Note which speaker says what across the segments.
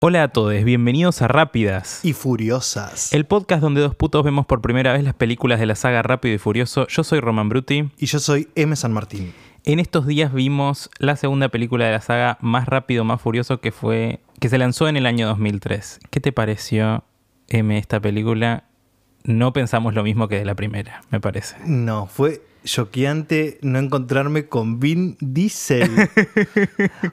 Speaker 1: Hola a todos, bienvenidos a Rápidas.
Speaker 2: y furiosas.
Speaker 1: El podcast donde dos putos vemos por primera vez las películas de la saga Rápido y Furioso. Yo soy Roman Bruti.
Speaker 2: Y yo soy M. San Martín.
Speaker 1: En estos días vimos la segunda película de la saga Más Rápido, Más Furioso que fue que se lanzó en el año 2003. ¿Qué te pareció, M, esta película? No pensamos lo mismo que de la primera, me parece.
Speaker 2: No, fue choqueante no encontrarme con Vin Diesel.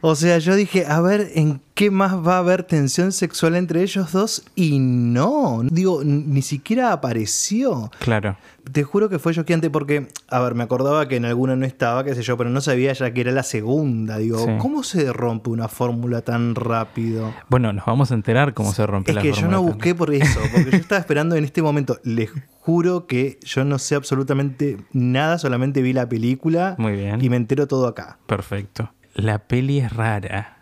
Speaker 2: o sea, yo dije, a ver, ¿en qué más va a haber tensión sexual entre ellos dos? Y no, digo, n- ni siquiera apareció.
Speaker 1: Claro.
Speaker 2: Te juro que fue choqueante porque, a ver, me acordaba que en alguna no estaba, qué sé yo, pero no sabía ya que era la segunda. Digo,
Speaker 1: Sí.
Speaker 2: ¿cómo se rompe una fórmula tan rápido?
Speaker 1: Bueno, nos vamos a enterar cómo se rompió
Speaker 2: Es
Speaker 1: la
Speaker 2: que yo
Speaker 1: fórmula
Speaker 2: no
Speaker 1: tan-
Speaker 2: busqué por eso, porque yo estaba esperando en este momento. Les juro que yo no sé absolutamente nada, solamente vi la película
Speaker 1: Muy bien.
Speaker 2: y me entero todo acá.
Speaker 1: Perfecto. La peli es rara.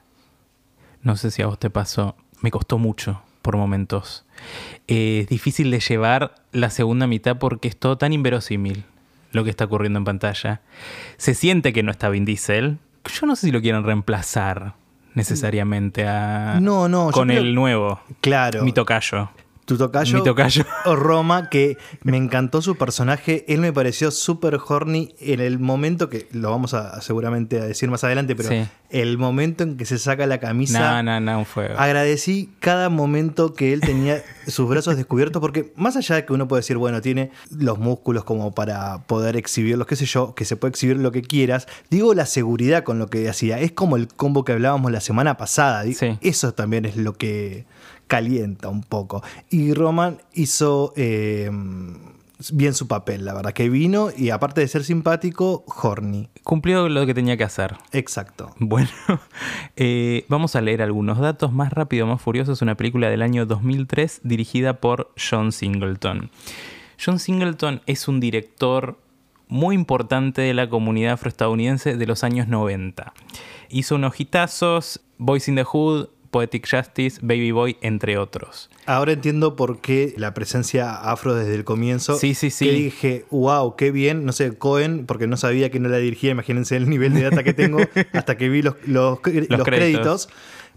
Speaker 1: No sé si a vos te pasó. Me costó mucho por momentos. Eh, es difícil de llevar la segunda mitad porque es todo tan inverosímil lo que está ocurriendo en pantalla. Se siente que no está Vin Diesel. Yo no sé si lo quieren reemplazar necesariamente a...
Speaker 2: No, no, yo
Speaker 1: Con
Speaker 2: creo-
Speaker 1: el nuevo.
Speaker 2: Claro.
Speaker 1: Mi tocayo.
Speaker 2: tu tocayo.
Speaker 1: mi tocayo.
Speaker 2: O Roma, que me encantó su personaje. Él me pareció súper horny en el momento que lo vamos a seguramente a decir más adelante, pero
Speaker 1: Sí.
Speaker 2: el momento en que se saca la camisa.
Speaker 1: No, no, no, un fuego.
Speaker 2: Agradecí cada momento que él tenía sus brazos descubiertos, porque más allá de que uno puede decir, bueno, tiene los músculos como para poder exhibirlos, qué sé yo, que se puede exhibir lo que quieras, digo la seguridad con lo que hacía. Es como el combo que hablábamos la semana pasada. Di-
Speaker 1: Sí.
Speaker 2: Eso también es lo que calienta un poco. Y Roman hizo. eh, Bien su papel, la verdad, que vino y aparte de ser simpático, horny.
Speaker 1: Cumplió lo que tenía que hacer.
Speaker 2: Exacto.
Speaker 1: Bueno, eh, vamos a leer algunos datos. Más rápido, más furioso es una película del año 2003 dirigida por John Singleton. John Singleton es un director muy importante de la comunidad afroestadounidense de los años 90. Hizo unos hitazos, Boys in the Hood, Poetic Justice, Baby Boy, entre otros.
Speaker 2: Ahora entiendo por qué la presencia afro desde el comienzo.
Speaker 1: Sí, sí, sí.
Speaker 2: Que dije, wow, qué bien. No sé, Cohen, porque no sabía que no la dirigía. Imagínense el nivel de data que tengo hasta que vi los, los cre-
Speaker 1: Los
Speaker 2: los créditos.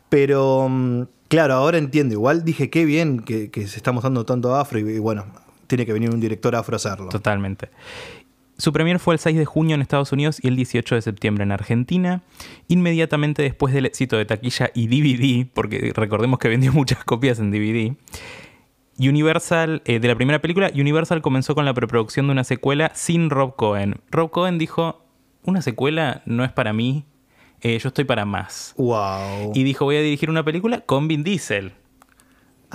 Speaker 2: Pero mm, claro, ahora entiendo. Igual dije, qué bien que, que se está mostrando tanto afro. Y, y bueno, tiene que venir un director afro a hacerlo.
Speaker 1: Totalmente. Su premier fue el 6 de junio en Estados Unidos y el 18 de septiembre en Argentina. Inmediatamente después del éxito de taquilla y DVD, porque recordemos que vendió muchas copias en DVD, Universal, eh, de la primera película, Universal comenzó con la preproducción de una secuela sin Rob Cohen. Rob Cohen dijo, una secuela no es para mí, eh, yo estoy para más.
Speaker 2: Wow.
Speaker 1: Y dijo, voy a dirigir una película con Vin Diesel.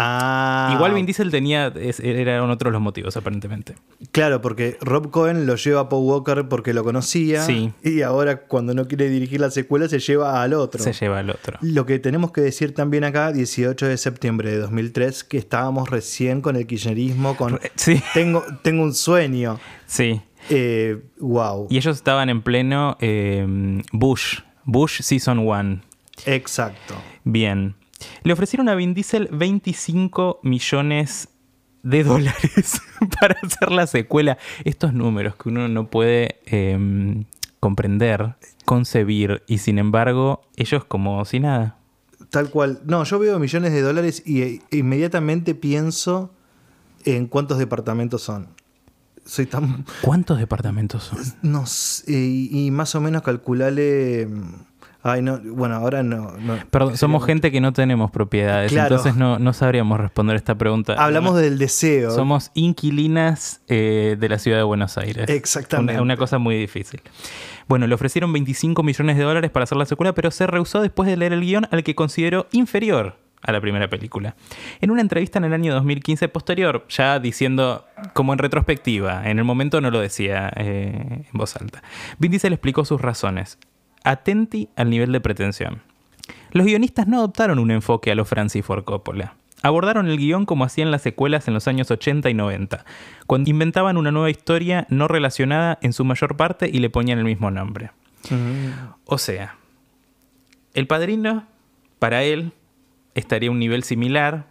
Speaker 2: ah,
Speaker 1: Igual Vin Diesel tenía, es- eran otros los motivos aparentemente.
Speaker 2: Claro, porque Rob Cohen lo lleva a Paul Walker porque lo conocía.
Speaker 1: Sí.
Speaker 2: Y ahora, cuando no quiere dirigir la secuela, se lleva al otro.
Speaker 1: Se lleva al otro.
Speaker 2: Lo que tenemos que decir también acá, 18 de septiembre de 2003, que estábamos recién con el kirchnerismo, con
Speaker 1: Sí.
Speaker 2: tengo, tengo un sueño.
Speaker 1: Sí.
Speaker 2: Eh, wow.
Speaker 1: Y ellos estaban en pleno eh, Bush. Bush Season 1.
Speaker 2: Exacto.
Speaker 1: Bien. Le ofrecieron a Vin Diesel 25 millones de dólares para hacer la secuela. Estos números que uno no puede eh, comprender, concebir. Y sin embargo, ellos como si nada.
Speaker 2: Tal cual. No, yo veo millones de dólares y eh, inmediatamente pienso en cuántos departamentos son. Soy tan.
Speaker 1: ¿Cuántos departamentos son?
Speaker 2: No sé, y, y más o menos calculale. mm, Ay, no. Bueno, ahora no. no.
Speaker 1: Perdón, somos gente que no tenemos propiedades,
Speaker 2: Claro.
Speaker 1: entonces no, no sabríamos responder esta pregunta.
Speaker 2: Hablamos del deseo.
Speaker 1: Somos inquilinas eh, de la ciudad de Buenos Aires.
Speaker 2: Exactamente.
Speaker 1: Una, una cosa muy difícil. Bueno, le ofrecieron 25 millones de dólares para hacer la secuela, pero se rehusó después de leer el guión al que consideró inferior a la primera película. En una entrevista en el año 2015 posterior, ya diciendo como en retrospectiva, en el momento no lo decía eh, en voz alta, Vin Diesel explicó sus razones. Atenti al nivel de pretensión. Los guionistas no adoptaron un enfoque a lo Francis Ford Coppola. Abordaron el guión como hacían las secuelas en los años 80 y 90, cuando inventaban una nueva historia no relacionada en su mayor parte y le ponían el mismo nombre.
Speaker 2: Mm.
Speaker 1: O sea, el padrino, para él, estaría a un nivel similar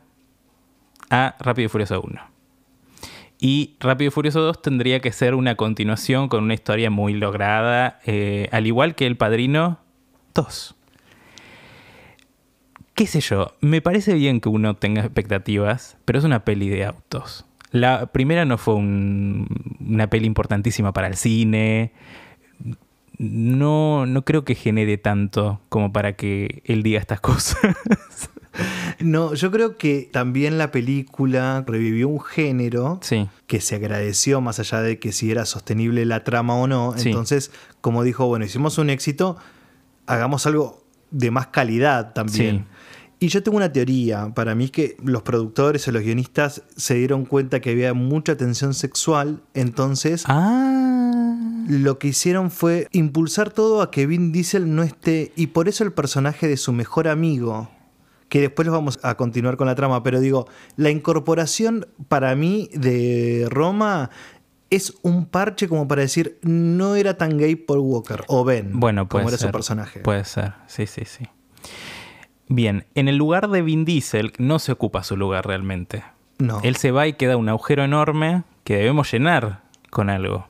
Speaker 1: a Rápido y Furioso 1. Y Rápido y Furioso 2 tendría que ser una continuación con una historia muy lograda, eh, al igual que El Padrino 2. Qué sé yo, me parece bien que uno tenga expectativas, pero es una peli de autos. La primera no fue un- una peli importantísima para el cine. No, no creo que genere tanto como para que él diga estas cosas.
Speaker 2: No, yo creo que también la película revivió un género
Speaker 1: sí,
Speaker 2: que se agradeció más allá de que si era sostenible la trama o no.
Speaker 1: Sí.
Speaker 2: Entonces, como dijo, bueno, hicimos un éxito, hagamos algo de más calidad también. Y yo tengo una teoría, para mí es que los productores o los guionistas se dieron cuenta que había mucha tensión sexual, entonces
Speaker 1: Ah.
Speaker 2: lo que hicieron fue impulsar todo a que Vin Diesel no esté, y por eso el personaje de su mejor amigo, que después los vamos a continuar con la trama, pero digo, la incorporación para mí de Roma es un parche como para decir, no era tan gay Paul Walker, o Ben,
Speaker 1: Bueno, puede
Speaker 2: como era
Speaker 1: ser.
Speaker 2: su personaje.
Speaker 1: Puede ser, sí, sí, sí. Bien, en el lugar de Vin Diesel no se ocupa su lugar realmente.
Speaker 2: no.
Speaker 1: Él se va y queda un agujero enorme que debemos llenar con algo.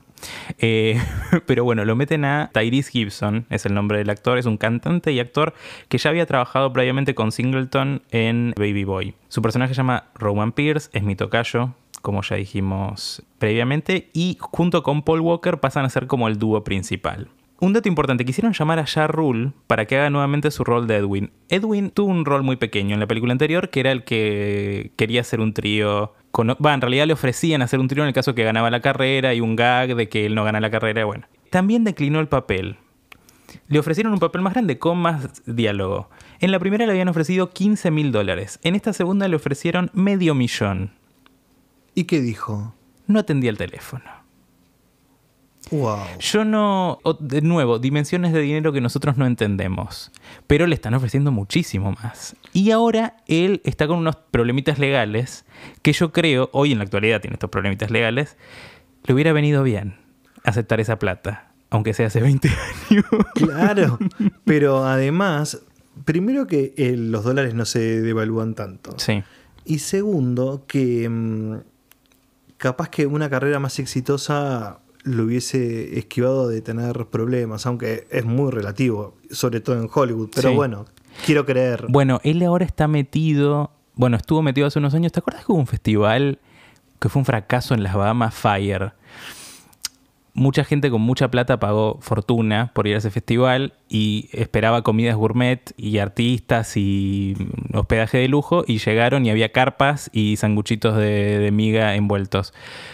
Speaker 1: Eh, pero bueno, lo meten a Tyrese Gibson, es el nombre del actor, es un cantante y actor que ya había trabajado previamente con Singleton en Baby Boy. Su personaje se llama Roman Pierce, es mi tocayo, como ya dijimos previamente, y junto con Paul Walker pasan a ser como el dúo principal. Un dato importante, quisieron llamar a Ja Rule para que haga nuevamente su rol de Edwin. Edwin tuvo un rol muy pequeño en la película anterior, que era el que quería hacer un trío. Con, va, en realidad le ofrecían hacer un trío en el caso que ganaba la carrera y un gag de que él no gana la carrera. Bueno, también declinó el papel. Le ofrecieron un papel más grande con más diálogo. En la primera le habían ofrecido 15 mil dólares. En esta segunda le ofrecieron medio millón.
Speaker 2: ¿Y qué dijo?
Speaker 1: No atendía el teléfono.
Speaker 2: Wow.
Speaker 1: Yo no, o- de nuevo, dimensiones de dinero que nosotros no entendemos, pero le están ofreciendo muchísimo más. Y ahora él está con unos problemitas legales que yo creo, hoy en la actualidad tiene estos problemitas legales, le hubiera venido bien aceptar esa plata, aunque sea hace 20 años.
Speaker 2: Claro, pero además, primero que eh, los dólares no se devalúan tanto.
Speaker 1: Sí,
Speaker 2: Y segundo, que mm, capaz que una carrera más exitosa lo hubiese esquivado de tener problemas, aunque es muy relativo, sobre todo en Hollywood. Pero
Speaker 1: Sí.
Speaker 2: bueno, quiero creer.
Speaker 1: Bueno, él ahora está metido. Bueno, estuvo metido hace unos años. ¿Te acuerdas que hubo un festival que fue un fracaso en las Bahamas Fire? Mucha gente con mucha plata pagó fortuna por ir a ese festival y esperaba comidas gourmet y artistas y hospedaje de lujo y llegaron y había carpas y sanguchitos de, de miga envueltos.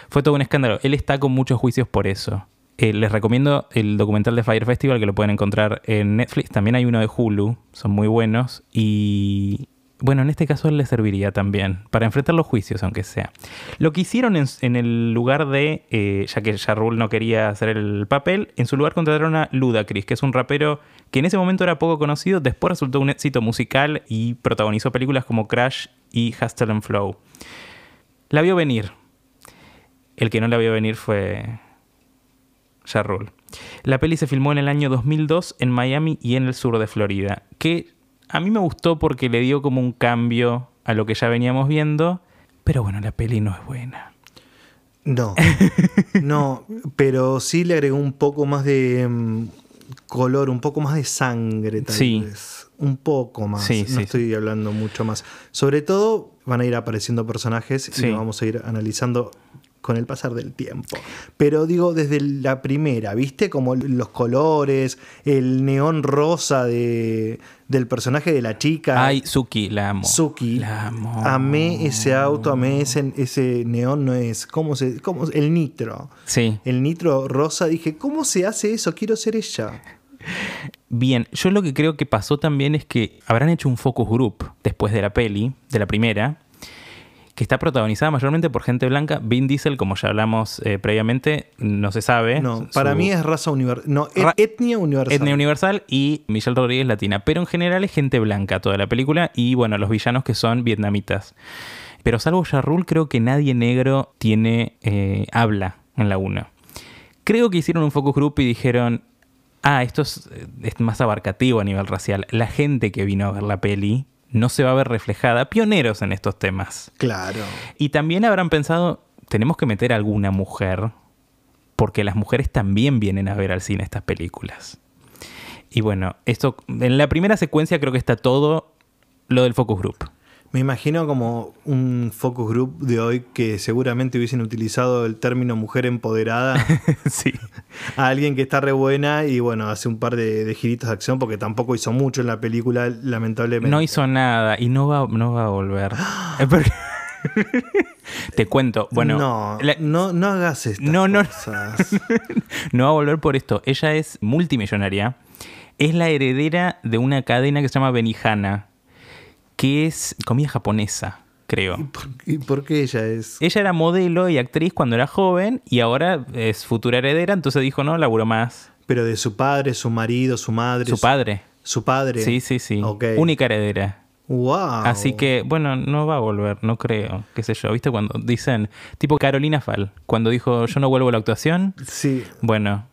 Speaker 1: Fue todo un escándalo. Él está con muchos juicios por eso. Eh, les recomiendo el documental de Fire Festival que lo pueden encontrar en Netflix. También hay uno de Hulu, son muy buenos. Y bueno, en este caso le serviría también para enfrentar los juicios, aunque sea. Lo que hicieron en, en el lugar de, eh, ya que Jarrul no quería hacer el papel, en su lugar contrataron a Ludacris, que es un rapero que en ese momento era poco conocido, después resultó un éxito musical y protagonizó películas como Crash y Hustle and Flow. La vio venir. El que no la vio venir fue ya Rule. La peli se filmó en el año 2002 en Miami y en el sur de Florida, que a mí me gustó porque le dio como un cambio a lo que ya veníamos viendo, pero bueno, la peli no es buena.
Speaker 2: No, no, pero sí le agregó un poco más de mm, color, un poco más de sangre tal
Speaker 1: Sí.
Speaker 2: vez. Un poco más,
Speaker 1: Sí,
Speaker 2: no
Speaker 1: sí,
Speaker 2: estoy hablando mucho más. Sobre todo van a ir apareciendo personajes
Speaker 1: Sí.
Speaker 2: y lo vamos a ir analizando con el pasar del tiempo. Pero digo, desde la primera, ¿viste? Como los colores, el neón rosa de, del personaje de la chica.
Speaker 1: Ay, Suki, la amo.
Speaker 2: Suki.
Speaker 1: La amo.
Speaker 2: Amé ese auto, amé ese, ese neón, no es. ¿Cómo se.? Cómo, el nitro.
Speaker 1: Sí.
Speaker 2: El nitro rosa, dije, ¿cómo se hace eso? Quiero ser ella.
Speaker 1: Bien, yo lo que creo que pasó también es que habrán hecho un focus group después de la peli, de la primera, que está protagonizada mayormente por gente blanca. Vin Diesel, como ya hablamos eh, previamente, no se sabe.
Speaker 2: No, para
Speaker 1: ¿Eh? Su-
Speaker 2: mí es raza universal. No, et-
Speaker 1: Ra-
Speaker 2: etnia universal.
Speaker 1: Etnia Universal y Michelle Rodríguez Latina. Pero en general es gente blanca toda la película y bueno, los villanos que son vietnamitas. Pero salvo Yarul, creo que nadie negro tiene eh, habla en la 1. Creo que hicieron un focus group y dijeron, ah, esto es, es más abarcativo a nivel racial. La gente que vino a ver la peli no se va a ver reflejada. Pioneros en estos temas.
Speaker 2: Claro.
Speaker 1: Y también habrán pensado, tenemos que meter a alguna mujer porque las mujeres también vienen a ver al cine estas películas. Y bueno, esto en la primera secuencia creo que está todo lo del focus group.
Speaker 2: Me imagino como un focus group de hoy que seguramente hubiesen utilizado el término mujer empoderada
Speaker 1: sí.
Speaker 2: a alguien que está re buena y bueno, hace un par de, de giritos de acción porque tampoco hizo mucho en la película, lamentablemente.
Speaker 1: No hizo nada y no va, no va a volver. Eh, porque- Te cuento, bueno,
Speaker 2: no,
Speaker 1: la-
Speaker 2: no, no hagas esto.
Speaker 1: No, no.
Speaker 2: cosas.
Speaker 1: no va a volver por esto. Ella es multimillonaria. Es la heredera de una cadena que se llama Benihana, que es comida japonesa, creo.
Speaker 2: ¿Y por qué ella es?
Speaker 1: Ella era modelo y actriz cuando era joven y ahora es futura heredera, entonces dijo, no, laburo más.
Speaker 2: Pero de su padre, su marido, su madre.
Speaker 1: Su padre.
Speaker 2: Su padre.
Speaker 1: Sí, sí, sí.
Speaker 2: Ok. Ah,
Speaker 1: Única heredera.
Speaker 2: Wow.
Speaker 1: Así que, bueno, no va a volver, no creo, qué sé yo. ¿Viste cuando dicen, tipo Carolina Fal, cuando dijo, yo no vuelvo a la actuación?
Speaker 2: Sí.
Speaker 1: Bueno,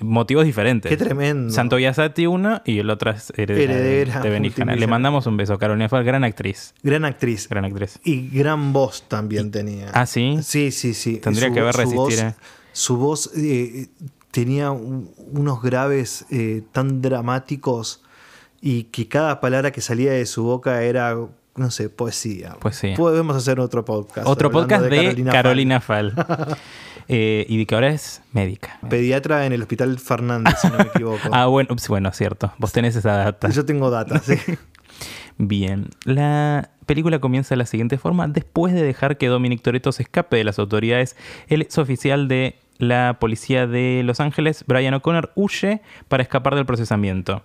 Speaker 1: motivos diferentes.
Speaker 2: Qué tremendo.
Speaker 1: Santo Biasati uno y el otro es heredera, de-
Speaker 2: Heredera,
Speaker 1: de Benihana. Le
Speaker 2: multimillonaria.
Speaker 1: mandamos un beso, Carolina Fal, gran actriz.
Speaker 2: Gran actriz.
Speaker 1: Gran actriz.
Speaker 2: Y gran voz también tenía.
Speaker 1: Ah, sí.
Speaker 2: Sí, sí, sí.
Speaker 1: Tendría que haber resistido,
Speaker 2: Voz,
Speaker 1: eh.
Speaker 2: su voz eh, tenía un- unos graves eh, tan dramáticos y que cada palabra que salía de su boca era, no sé, poesía.
Speaker 1: Poesía.
Speaker 2: Podemos hacer otro podcast.
Speaker 1: Otro
Speaker 2: hablando
Speaker 1: podcast de, Carolina,
Speaker 2: Fan.
Speaker 1: Fal. Eh, y de que ahora es médica.
Speaker 2: Pediatra en el Hospital Fernández, si no me equivoco.
Speaker 1: Ah, bueno, ups, bueno, cierto. Vos tenés esa data.
Speaker 2: Yo tengo data, sí.
Speaker 1: Bien, la película comienza de la siguiente forma. Después de dejar que Dominic Toretto se escape de las autoridades, el ex oficial de la policía de Los Ángeles, Brian O'Connor, huye para escapar del procesamiento.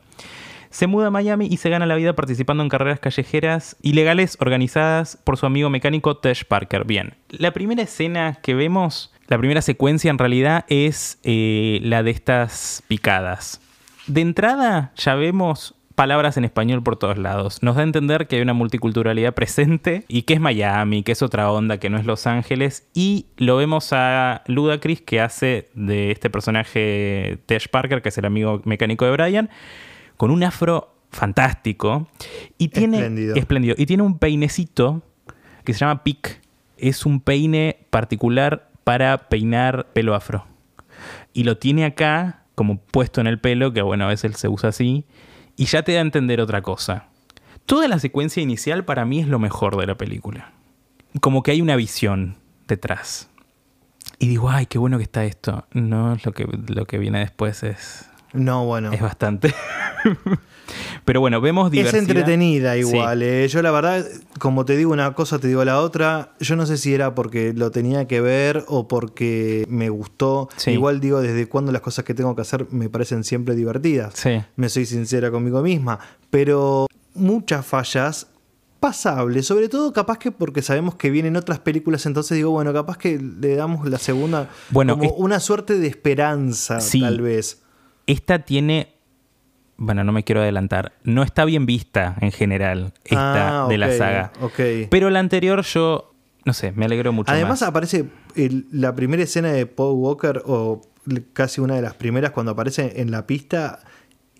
Speaker 1: Se muda a Miami y se gana la vida participando en carreras callejeras ilegales organizadas por su amigo mecánico Tesh Parker. Bien, la primera escena que vemos, la primera secuencia en realidad es eh, la de estas picadas. De entrada ya vemos palabras en español por todos lados. Nos da a entender que hay una multiculturalidad presente y que es Miami, que es otra onda, que no es Los Ángeles. Y lo vemos a Ludacris que hace de este personaje Tesh Parker, que es el amigo mecánico de Brian, con un afro fantástico y tiene
Speaker 2: Espléndido.
Speaker 1: espléndido. y tiene un peinecito que se llama pic. Es un peine particular para peinar pelo afro. Y lo tiene acá como puesto en el pelo, que bueno, a veces se usa así, y ya te da a entender otra cosa. Toda la secuencia inicial para mí es lo mejor de la película. Como que hay una visión detrás. Y digo, ay, qué bueno que está esto. No, lo que, lo que viene después es,
Speaker 2: No, bueno.
Speaker 1: es bastante. Pero bueno, vemos
Speaker 2: Es
Speaker 1: diversidad.
Speaker 2: entretenida
Speaker 1: Sí.
Speaker 2: igual. eh. Yo la verdad, como te digo una cosa, te digo la otra. Yo no sé si era porque lo tenía que ver o porque me gustó.
Speaker 1: Sí.
Speaker 2: Igual digo, desde cuando las cosas que tengo que hacer me parecen siempre divertidas.
Speaker 1: Sí.
Speaker 2: Me soy sincera conmigo misma. Pero muchas fallas pasables. Sobre todo capaz que porque sabemos que vienen otras películas. Entonces digo, bueno, capaz que le damos la segunda
Speaker 1: Bueno,
Speaker 2: como
Speaker 1: es-
Speaker 2: una suerte de esperanza,
Speaker 1: Sí.
Speaker 2: tal vez.
Speaker 1: Esta tiene. Bueno, no me quiero adelantar. No está bien vista en general, esta
Speaker 2: Ah,
Speaker 1: de la
Speaker 2: ok,
Speaker 1: saga.
Speaker 2: ok.
Speaker 1: Pero la anterior yo, no sé, me alegro mucho.
Speaker 2: Además
Speaker 1: más.
Speaker 2: aparece el- la primera escena de Paul Walker, o l- casi una de las primeras, cuando aparece en la pista,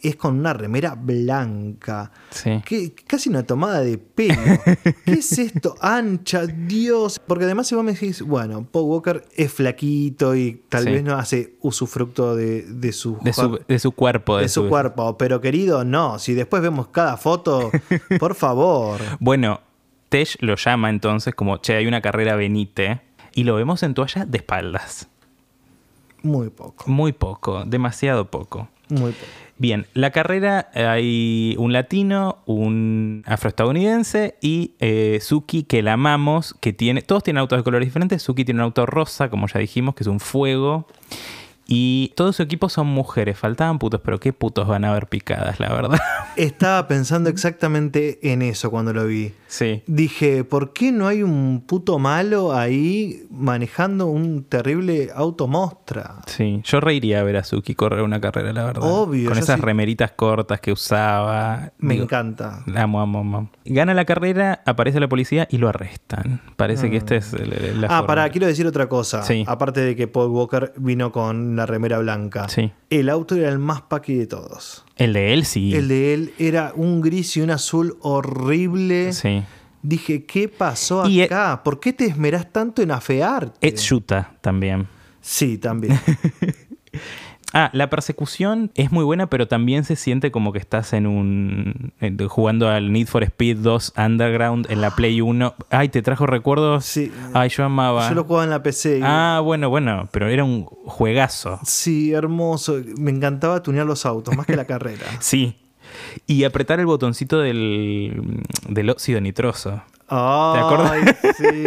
Speaker 2: es con una remera blanca.
Speaker 1: Sí.
Speaker 2: Que, casi una tomada de pelo. ¿Qué es esto? Ancha, Dios. Porque además si vos me decís, bueno, Paul Walker es flaquito y tal
Speaker 1: Sí.
Speaker 2: vez no hace usufructo de, de su...
Speaker 1: De su, de su cuerpo.
Speaker 2: de su cuerpo, pero querido, no. Si después vemos cada foto, por favor.
Speaker 1: Bueno, Tesh lo llama entonces como, che, hay una carrera venite. Y lo vemos en toalla de espaldas.
Speaker 2: Muy poco,
Speaker 1: Muy poco, demasiado poco.
Speaker 2: muy poco.
Speaker 1: Bien, la carrera eh, hay un latino, un afroestadounidense y eh, Suki, que la amamos, que tiene. Todos tienen autos de colores diferentes. Suki tiene un auto rosa, como ya dijimos, que es un fuego. Y todo su equipo son mujeres. Faltaban putos, pero qué putos van a ver picadas, la verdad.
Speaker 2: Estaba pensando exactamente en eso cuando lo vi.
Speaker 1: Sí.
Speaker 2: Dije, ¿por qué no hay un puto malo ahí manejando un terrible auto mostra?
Speaker 1: Sí. Yo reiría a ver a Suki correr una carrera, la verdad.
Speaker 2: Obvio,
Speaker 1: Con
Speaker 2: yo
Speaker 1: esas
Speaker 2: sí.
Speaker 1: remeritas cortas que usaba.
Speaker 2: Me
Speaker 1: Digo,
Speaker 2: encanta.
Speaker 1: Amo, amo, amo. Gana la carrera, aparece la policía y lo arrestan. Parece que esta es el- el- la.
Speaker 2: Mm. Ah,
Speaker 1: forma.
Speaker 2: pará, quiero decir otra cosa.
Speaker 1: Sí.
Speaker 2: Aparte de que Paul Walker vino con la remera blanca.
Speaker 1: Sí.
Speaker 2: El auto era el más paqui de todos.
Speaker 1: El de él sí.
Speaker 2: El de él era un gris y un azul horrible.
Speaker 1: Sí.
Speaker 2: Dije, ¿qué pasó
Speaker 1: Y, eh,
Speaker 2: acá? ¿Por qué te esmerás tanto en afearte?
Speaker 1: Ed Shuta también.
Speaker 2: Sí, también.
Speaker 1: Ah, la persecución es muy buena, pero también se siente como que estás en un. en- jugando al Need for Speed 2 Underground en la Play 1. Ay, te trajo recuerdos.
Speaker 2: Sí.
Speaker 1: Ay, yo amaba.
Speaker 2: Yo lo jugaba en la PC. y-
Speaker 1: Ah, bueno, bueno, pero era un juegazo.
Speaker 2: Sí, hermoso. Me encantaba tunear los autos, más que la carrera.
Speaker 1: Sí. Y apretar el botoncito del, del óxido nitroso.
Speaker 2: ¿Te
Speaker 1: acordás?
Speaker 2: Sí.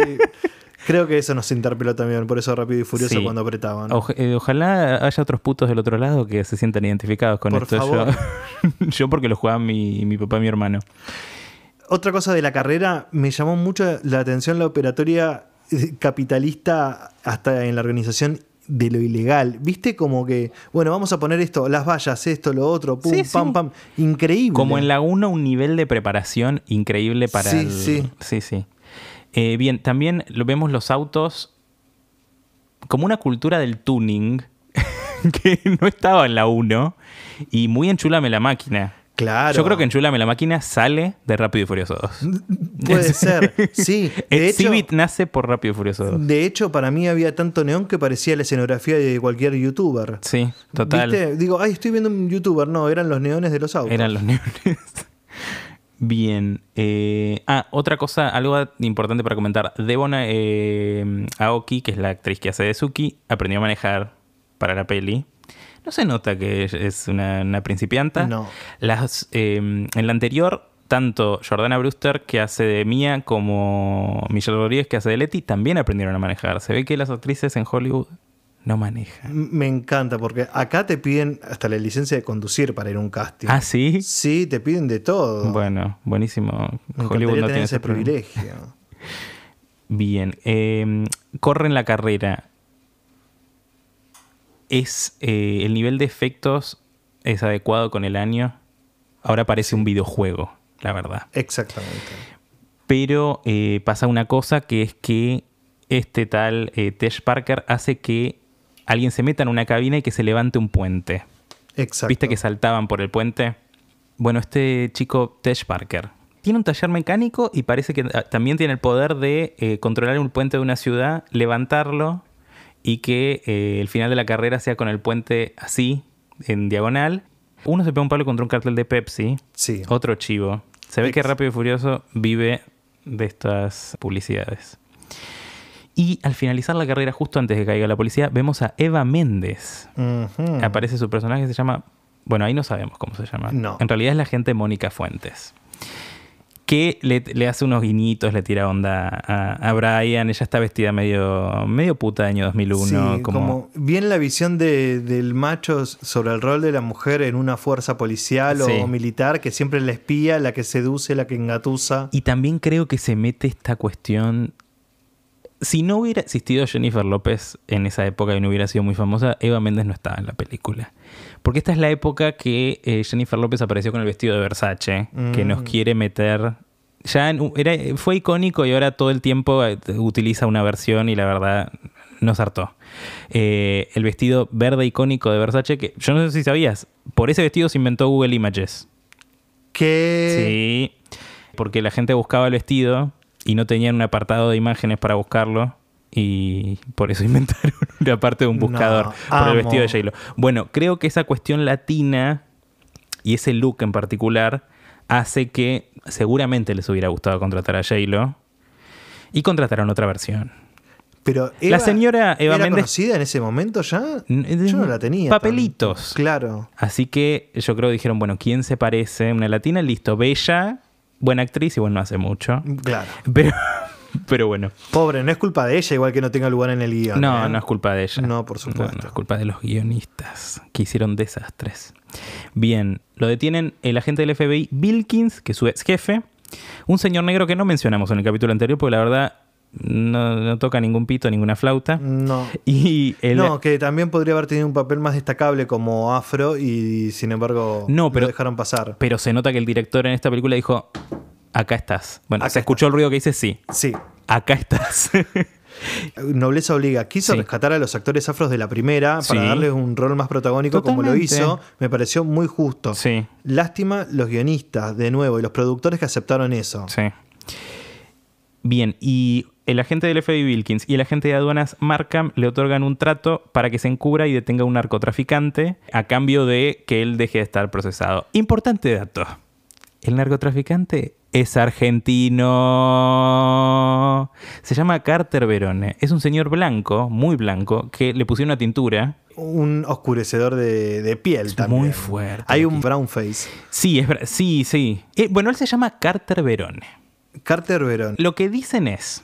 Speaker 2: Creo que eso nos interpeló también, por eso Rápido y Furioso
Speaker 1: Sí.
Speaker 2: cuando apretaban.
Speaker 1: Oja- eh, ojalá haya otros putos del otro lado que se sientan identificados con
Speaker 2: Por
Speaker 1: esto.
Speaker 2: favor.
Speaker 1: Yo, yo porque lo jugaba mi, mi papá y mi hermano.
Speaker 2: Otra cosa de la carrera, me llamó mucho la atención la operatoria eh, capitalista hasta en la organización de lo ilegal. ¿Viste como que, bueno, vamos a poner esto, las vallas, esto, lo otro, pum,
Speaker 1: Sí, sí.
Speaker 2: pam, pam? Increíble.
Speaker 1: Como en la 1, un nivel de preparación increíble para
Speaker 2: Sí,
Speaker 1: el-
Speaker 2: sí.
Speaker 1: Sí, sí. Eh, bien, también lo vemos los autos como una cultura del tuning que no estaba en la 1 y muy enchulame la máquina.
Speaker 2: Claro.
Speaker 1: Yo creo que enchulame la máquina sale de Rápido y Furioso 2.
Speaker 2: Puede ser, sí. De hecho,
Speaker 1: Exhibit nace por Rápido y Furioso 2.
Speaker 2: de hecho, para mí había tanto neón que parecía la escenografía de cualquier youtuber.
Speaker 1: Sí, total.
Speaker 2: ¿Viste? Digo, ay, estoy viendo un youtuber. No, eran los neones de los autos.
Speaker 1: Eran los neones. Bien. eh, ah, otra cosa, algo importante para comentar. Debona eh, Aoki, que es la actriz que hace de Suki, aprendió a manejar para la peli. No se nota que es- es una, una principianta.
Speaker 2: No.
Speaker 1: Las, eh, en la anterior, tanto Jordana Brewster, que hace de Mia, como Michelle Rodríguez, que hace de Letty, también aprendieron a manejar. Se ve que las actrices en Hollywood no manejan.
Speaker 2: M- Me encanta, porque acá te piden hasta la licencia de conducir para ir a un casting.
Speaker 1: Ah, sí.
Speaker 2: Sí, te piden de todo.
Speaker 1: Bueno, buenísimo.
Speaker 2: Me
Speaker 1: Hollywood
Speaker 2: encantaría
Speaker 1: no
Speaker 2: tener
Speaker 1: tiene
Speaker 2: ese
Speaker 1: problema.
Speaker 2: privilegio.
Speaker 1: Bien. eh, corren la carrera. ¿Es eh, el nivel de efectos es adecuado con el año? Ahora parece un videojuego, la verdad.
Speaker 2: Exactamente.
Speaker 1: Pero eh, pasa una cosa que es que este tal eh, Tesh Parker hace que alguien se meta en una cabina y que se levante un puente.
Speaker 2: Exacto.
Speaker 1: ¿Viste que saltaban por el puente? Bueno, este chico Tesh Parker tiene un taller mecánico y parece que ah, también tiene el poder de eh, controlar un puente de una ciudad, levantarlo y que eh, el final de la carrera sea con el puente así, en diagonal. Uno se pega un palo contra un cartel de Pepsi,
Speaker 2: Sí.
Speaker 1: otro chivo. Se ve que
Speaker 2: Ex-
Speaker 1: Rápido y Furioso vive de estas publicidades. Y al finalizar la carrera, justo antes de que caiga la policía, vemos a Eva Méndez
Speaker 2: Ujú.
Speaker 1: aparece su personaje, se llama. Bueno, ahí no sabemos cómo se llama.
Speaker 2: No.
Speaker 1: En realidad es la gente Mónica Fuentes. Que le, le hace unos guiñitos, le tira onda a, a Brian. Ella está vestida medio, medio puta de año 2001.
Speaker 2: Sí,
Speaker 1: como,
Speaker 2: como bien la visión de- del macho sobre el rol de la mujer en una fuerza policial o,
Speaker 1: Sí.
Speaker 2: militar que siempre es la espía, la que seduce, la que engatusa.
Speaker 1: Y también creo que se mete esta cuestión. Si no hubiera existido Jennifer López en esa época y no hubiera sido muy famosa, Eva Méndez no estaba en la película. Porque esta es la época que eh, Jennifer López apareció con el vestido de Versace, que nos quiere meter. Ya en- era, fue icónico y ahora todo el tiempo eh, utiliza una versión y la verdad nos hartó. Eh, el vestido verde icónico de Versace, que yo no sé si sabías, por ese vestido se inventó Google Images.
Speaker 2: Que
Speaker 1: Sí, porque la gente buscaba el vestido y no tenían un apartado de imágenes para buscarlo. Y por eso inventaron una parte de un
Speaker 2: No,
Speaker 1: buscador por
Speaker 2: amo.
Speaker 1: el vestido de J-Lo. Bueno, creo que esa cuestión latina y ese look en particular hace que seguramente les hubiera gustado contratar a J-Lo y contrataron otra versión.
Speaker 2: pero
Speaker 1: La
Speaker 2: Eva-
Speaker 1: señora Eva
Speaker 2: ¿era
Speaker 1: Méndez-
Speaker 2: conocida en ese momento ya?
Speaker 1: N- eh,
Speaker 2: Yo no la tenía. tan-
Speaker 1: Papelitos.
Speaker 2: Claro.
Speaker 1: Así que yo creo que dijeron, bueno, ¿quién se parece? Una latina, listo, bella, buena actriz y bueno, no hace mucho.
Speaker 2: Claro.
Speaker 1: Pero, pero bueno,
Speaker 2: Pobre, no es culpa de ella, igual que no tenga lugar en el guión.
Speaker 1: no,
Speaker 2: ¿eh?
Speaker 1: no es culpa de ella.
Speaker 2: No, por supuesto.
Speaker 1: No, no es culpa de los guionistas que hicieron desastres. Bien, lo detienen el agente del FBI, Bilkins, que es su ex jefe, un señor negro que no mencionamos en el capítulo anterior, porque la verdad no, no toca ningún pito, ninguna flauta.
Speaker 2: No.
Speaker 1: Y el,
Speaker 2: Mm. No, que también podría haber tenido un papel más destacable como afro y sin embargo
Speaker 1: No, pero-
Speaker 2: lo dejaron pasar.
Speaker 1: Pero se nota que el director en esta película dijo, acá estás. Bueno,
Speaker 2: Acá
Speaker 1: se escuchó el ruido que dice, sí,
Speaker 2: Sí,
Speaker 1: acá estás.
Speaker 2: nobleza obliga. Quiso
Speaker 1: Sí.
Speaker 2: rescatar a los actores afros de la primera para
Speaker 1: Sí.
Speaker 2: darles un rol más protagónico como lo
Speaker 1: Totalmente.
Speaker 2: hizo. Me pareció muy justo.
Speaker 1: sí,
Speaker 2: Lástima los guionistas, de nuevo, y los productores que aceptaron eso.
Speaker 1: sí. Bien, y el agente del FBI Wilkins y el agente de aduanas Markham le otorgan un trato para que se encubra y detenga a un narcotraficante a cambio de que él deje de estar procesado. Importante dato. El narcotraficante es argentino. Se llama Carter Verone. Es un señor blanco, muy blanco, que le pusieron una tintura.
Speaker 2: Un oscurecedor de, de piel
Speaker 1: Es
Speaker 2: también.
Speaker 1: muy fuerte.
Speaker 2: Hay un brown face.
Speaker 1: Sí, es ver- sí, sí. Eh, bueno, él se llama Carter Verone.
Speaker 2: Carter Verón.
Speaker 1: Lo que dicen es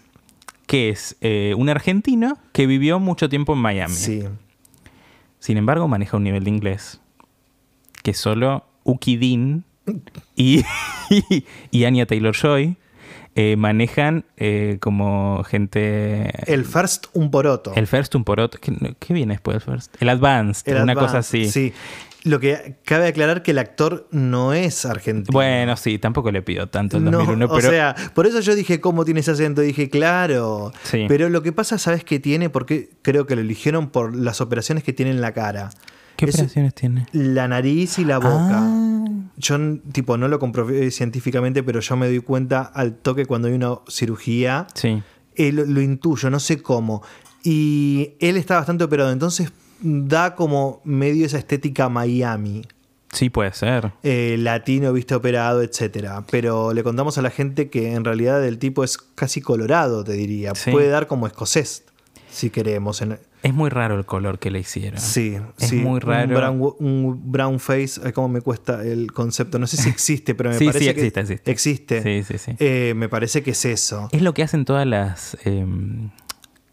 Speaker 1: que es eh, un argentino que vivió mucho tiempo en Miami.
Speaker 2: Sí.
Speaker 1: Sin embargo, maneja un nivel de inglés que solo Uki Dean y, y, Anya Taylor Joy manejan eh, como gente.
Speaker 2: El first un poroto.
Speaker 1: El first, un porot. ¿Qué, qué viene después del first? El advanced,
Speaker 2: El
Speaker 1: una
Speaker 2: advance,
Speaker 1: cosa así.
Speaker 2: Sí. Lo que cabe aclarar que el actor no es argentino.
Speaker 1: Bueno, sí, tampoco le pido tanto el
Speaker 2: No,
Speaker 1: 2001,
Speaker 2: o
Speaker 1: pero.
Speaker 2: sea, por eso yo dije cómo tiene ese acento, dije claro.
Speaker 1: Sí.
Speaker 2: Pero lo que pasa, ¿sabes qué tiene? Porque creo que lo eligieron por las operaciones que tiene en la cara.
Speaker 1: ¿Qué
Speaker 2: Es
Speaker 1: operaciones tiene?
Speaker 2: La nariz y la boca.
Speaker 1: Ah.
Speaker 2: Yo, tipo, no lo comprobé científicamente, pero yo me doy cuenta al toque cuando hay una cirugía.
Speaker 1: Sí.
Speaker 2: Eh, lo, lo intuyo, no sé cómo. Y él está bastante operado, entonces da como medio esa estética Miami.
Speaker 1: Sí, puede ser.
Speaker 2: eh, latino, viste operado, etcétera. Pero le contamos a la gente que en realidad el tipo es casi colorado, te diría.
Speaker 1: Sí.
Speaker 2: Puede dar como escocés, si queremos. en-
Speaker 1: Es muy raro el color que le hicieron.
Speaker 2: Sí,
Speaker 1: Ah, Es
Speaker 2: sí.
Speaker 1: muy raro.
Speaker 2: Un brown, un brown face, ay, cómo me cuesta el concepto. No sé si existe, pero me
Speaker 1: Sí,
Speaker 2: parece
Speaker 1: sí,
Speaker 2: que
Speaker 1: existe, existe.
Speaker 2: existe.
Speaker 1: Sí, sí, sí.
Speaker 2: Eh, me parece que es eso.
Speaker 1: Es lo que hacen todas las eh,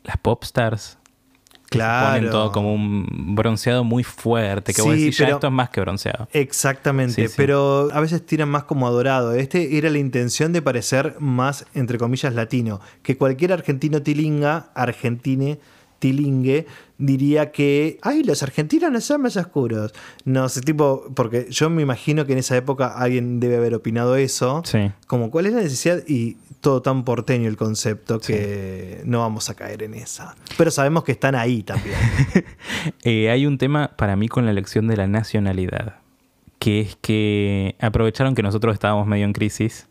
Speaker 1: las popstars. que se
Speaker 2: Claro.
Speaker 1: Ponen todo como un bronceado muy fuerte. Que vos
Speaker 2: Sí,
Speaker 1: decís, ya
Speaker 2: pero- Eh,
Speaker 1: esto es más que bronceado.
Speaker 2: Exactamente,
Speaker 1: Sí, sí.
Speaker 2: pero a veces tiran más como adorado. Este era la intención de parecer más, entre comillas, latino. Que cualquier argentino tilinga, argentine, tilingue, diría que, ay, los argentinos no son más oscuros. No sé, tipo, porque yo me imagino que en esa época alguien debe haber opinado eso.
Speaker 1: Sí.
Speaker 2: Como cuál es la necesidad y todo tan porteño el concepto que no vamos a caer en esa. Pero sabemos que están ahí también.
Speaker 1: Eh, hay un tema para mí con la elección de la nacionalidad. Que es que aprovecharon que nosotros estábamos medio en crisis.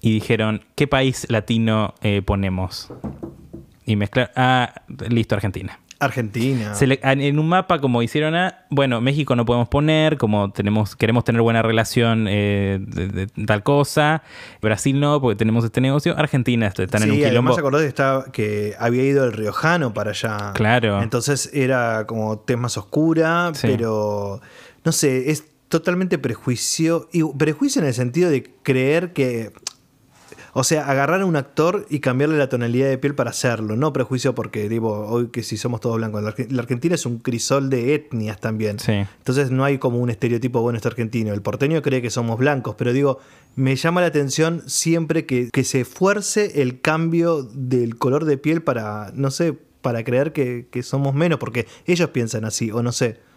Speaker 1: Y dijeron, ¿qué país latino eh, ponemos? Y mezclar. Ah, listo, Argentina.
Speaker 2: Argentina.
Speaker 1: Se le- en un mapa, como hicieron a, bueno, México no podemos poner, como tenemos, queremos tener buena relación eh, de, de tal cosa, Brasil no, porque tenemos este negocio, Argentina está- están en un
Speaker 2: Sí,
Speaker 1: quilombo.
Speaker 2: además acordate que, estaba- que había ido el riojano para allá.
Speaker 1: Claro.
Speaker 2: Entonces era como tema más oscura,
Speaker 1: Sí.
Speaker 2: pero no sé, es totalmente prejuicio. Y prejuicio en el sentido de creer que. O sea, agarrar a un actor y cambiarle la tonalidad de piel para hacerlo. No prejuicio porque, digo, hoy que si somos todos blancos. La Arge- la Argentina es un crisol de etnias también.
Speaker 1: Sí.
Speaker 2: Entonces no hay como un estereotipo bueno este argentino. El porteño cree que somos blancos, pero digo, me llama la atención siempre que, que se fuerce el cambio del color de piel para, no sé, para creer que, que somos menos, porque ellos piensan así, o no sé.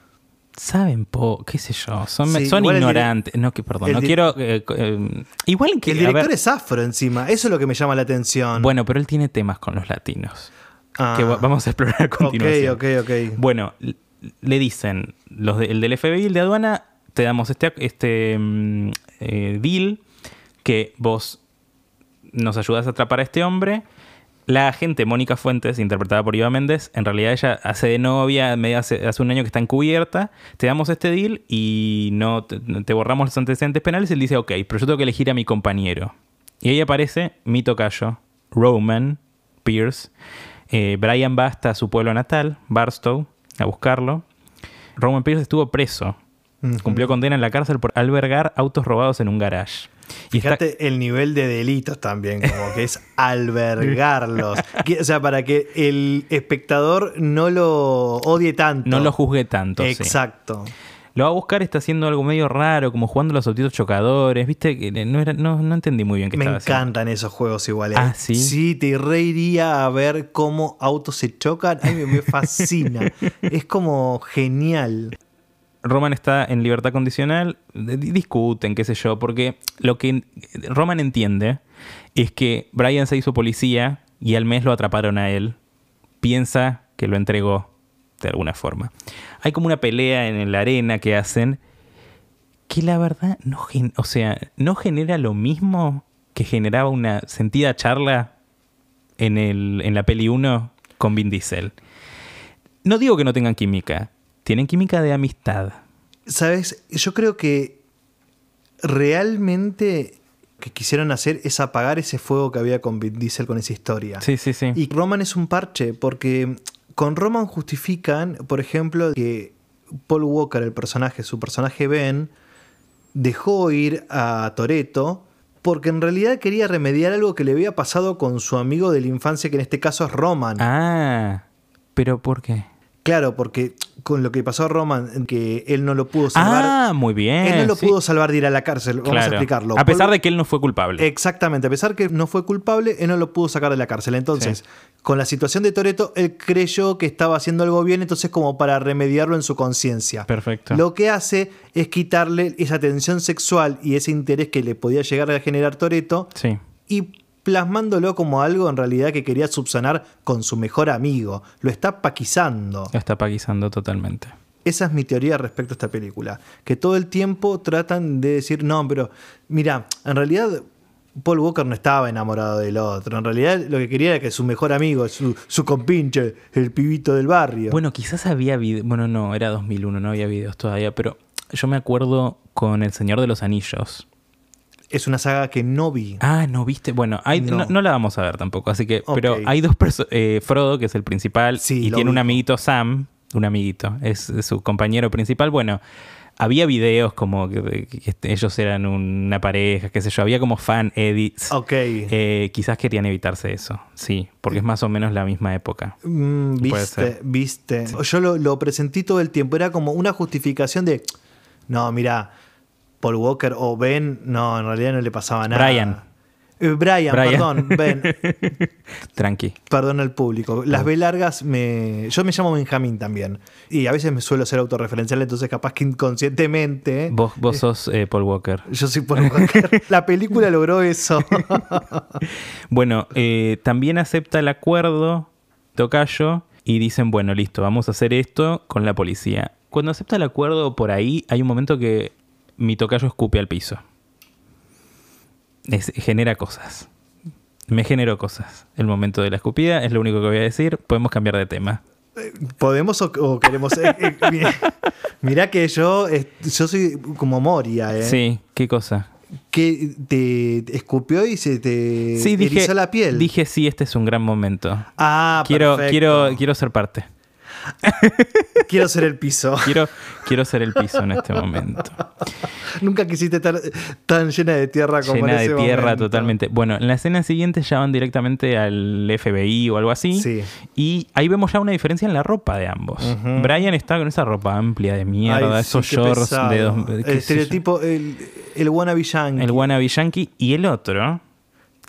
Speaker 1: Saben po, qué sé yo, son,
Speaker 2: Sí,
Speaker 1: son
Speaker 2: igual el dire-
Speaker 1: ignorantes. No, que perdón,
Speaker 2: el
Speaker 1: no
Speaker 2: di-
Speaker 1: quiero. eh, co- eh, igual que.
Speaker 2: Que el
Speaker 1: a ver,
Speaker 2: director es afro encima, eso es lo que me llama la atención.
Speaker 1: Bueno, pero él tiene temas con los latinos.
Speaker 2: Ah.
Speaker 1: Que va- vamos a explorar a continuación.
Speaker 2: Ok, ok, ok.
Speaker 1: Bueno, l- le dicen, los de- el del FBI y el de aduana, te damos este, ac- este mm, eh, deal que vos nos ayudas a atrapar a este hombre. La agente Mónica Fuentes, interpretada por Iva Méndez, en realidad ella hace de novia, medio hace, hace un año que está encubierta, te damos este deal y no te, te borramos los antecedentes penales. Él dice, ok, pero yo tengo que elegir a mi compañero. Y ahí aparece mi tocayo, Roman Pierce. Eh, Brian va hasta su pueblo natal, Barstow, a buscarlo. Roman Pierce estuvo preso. Cumplió condena en la cárcel por albergar autos robados en un garage. Y está-
Speaker 2: Fíjate el nivel de delitos también, como que es albergarlos. Que- o sea, para que el espectador no lo odie tanto.
Speaker 1: no lo juzgué tanto. sí.
Speaker 2: Exacto.
Speaker 1: Lo va a buscar, está haciendo algo medio raro, como jugando los objetos chocadores. Viste que no, era, no, no entendí muy bien qué
Speaker 2: Me
Speaker 1: estaba haciendo.
Speaker 2: encantan esos juegos iguales.
Speaker 1: Ah, ¿sí?
Speaker 2: Sí, te reiría a ver cómo autos se chocan. Ay, me, me fascina. es como genial.
Speaker 1: Roman está en libertad condicional, di- discuten, qué sé yo, porque lo que en- Roman entiende es que Brian se hizo policía y al mes lo atraparon a él. Piensa que lo entregó de alguna forma. Hay como una pelea en la arena que hacen que la verdad no, gen- o sea, no genera lo mismo que generaba una sentida charla en, el, en la peli 1 con Vin Diesel. No digo que no tengan química, tienen química de amistad.
Speaker 2: ¿Sabes? Yo creo que realmente lo que quisieron hacer es apagar ese fuego que había con Vin Diesel con esa historia.
Speaker 1: Sí, sí, sí.
Speaker 2: Y Roman es un parche, porque con Roman justifican, por ejemplo, que Paul Walker, el personaje, su personaje Ben, dejó ir a Toreto porque en realidad quería remediar algo que le había pasado con su amigo de la infancia, que en este caso es Roman.
Speaker 1: Ah, pero ¿por qué?
Speaker 2: Claro, porque con lo que pasó a Roman, que él no lo pudo salvar.
Speaker 1: ah, muy bien.
Speaker 2: él no lo
Speaker 1: sí.
Speaker 2: pudo salvar de ir a la cárcel, vamos a
Speaker 1: Claro.
Speaker 2: explicarlo.
Speaker 1: A pesar
Speaker 2: Paul-
Speaker 1: de que él no fue culpable.
Speaker 2: Exactamente, a pesar que no fue culpable, él no lo pudo sacar de la cárcel. Entonces, con la situación de Toreto, él creyó que estaba haciendo algo bien, entonces como para remediarlo en su conciencia.
Speaker 1: Perfecto.
Speaker 2: Lo que hace es quitarle esa tensión sexual y ese interés que le podía llegar a generar Toreto
Speaker 1: Sí.
Speaker 2: y plasmándolo como algo en realidad que quería subsanar con su mejor amigo. Lo está paquizando.
Speaker 1: Lo está paquizando totalmente.
Speaker 2: Esa es mi teoría respecto a esta película. Que todo el tiempo tratan de decir, no, pero mira, en realidad Paul Walker no estaba enamorado del otro. En realidad lo que quería era que su mejor amigo, su, su compinche, el pibito del barrio.
Speaker 1: Bueno, quizás había videos. Bueno, no, era 2001, no había videos todavía, pero yo me acuerdo con El Señor de los Anillos.
Speaker 2: es una saga que no vi.
Speaker 1: Ah, no viste. Bueno, hay- no.
Speaker 2: No.
Speaker 1: no la vamos a ver tampoco, así que.
Speaker 2: Ok.
Speaker 1: Pero hay dos personas. Frodo, que es el principal,
Speaker 2: Sí,
Speaker 1: y
Speaker 2: lo
Speaker 1: tiene un
Speaker 2: ubico.
Speaker 1: amiguito Sam, un amiguito, es, es su compañero principal. Bueno, había videos como que, que este, ellos eran una pareja, qué sé yo, había como fan edits.
Speaker 2: Ok.
Speaker 1: Eh, quizás querían evitarse eso, sí, porque es más o menos la misma época.
Speaker 2: Mm,
Speaker 1: puede
Speaker 2: viste,
Speaker 1: ser.
Speaker 2: viste. Yo lo, lo presentí todo el tiempo. Era como una justificación de, no, mira, Paul Walker o Ben, no, en realidad no le pasaba nada.
Speaker 1: Brian.
Speaker 2: Eh, Brian,
Speaker 1: Brian.
Speaker 2: perdón, Ben.
Speaker 1: Tranqui.
Speaker 2: Perdón al público. Las B largas me. Yo me llamo Benjamín también. Y a veces me suelo ser autorreferencial, entonces capaz que inconscientemente.
Speaker 1: Vos, vos sos eh, Paul Walker.
Speaker 2: Yo soy Paul Walker. La película logró eso.
Speaker 1: Bueno, eh, también acepta el acuerdo Tocayo y dicen, bueno, listo, vamos a hacer esto con la policía. Cuando acepta el acuerdo por ahí, hay un momento que mi Tocayo escupe al piso. Es- genera cosas. Me generó cosas. El momento de la escupida es lo único que voy a decir. Podemos cambiar de tema.
Speaker 2: ¿Podemos o, o queremos.? eh, eh, mi- mirá que yo, eh, yo soy como Moria, ¿eh?
Speaker 1: Sí, qué cosa.
Speaker 2: Que te, te escupió y se te
Speaker 1: Sí, dije,
Speaker 2: erizó eh, la piel.
Speaker 1: dije, sí, este es un gran momento.
Speaker 2: Ah,
Speaker 1: quiero,
Speaker 2: perfecto.
Speaker 1: quiero, quiero ser parte.
Speaker 2: Quiero ser el piso.
Speaker 1: Quiero, quiero ser el piso en este momento.
Speaker 2: Nunca quisiste estar tan llena de tierra como en
Speaker 1: llena de
Speaker 2: ese
Speaker 1: tierra
Speaker 2: momento.
Speaker 1: totalmente. Bueno, en la escena siguiente ya van directamente al FBI o algo así.
Speaker 2: Sí.
Speaker 1: Y ahí vemos ya una diferencia en la ropa de ambos.
Speaker 2: Ujú.
Speaker 1: Brian está con esa ropa amplia de mierda,
Speaker 2: Ay, sí,
Speaker 1: esos
Speaker 2: qué
Speaker 1: shorts
Speaker 2: pesado.
Speaker 1: de dos... qué sé
Speaker 2: El
Speaker 1: yo.
Speaker 2: estereotipo, el, el wannabe yankee.
Speaker 1: El wannabe yankee. Y el otro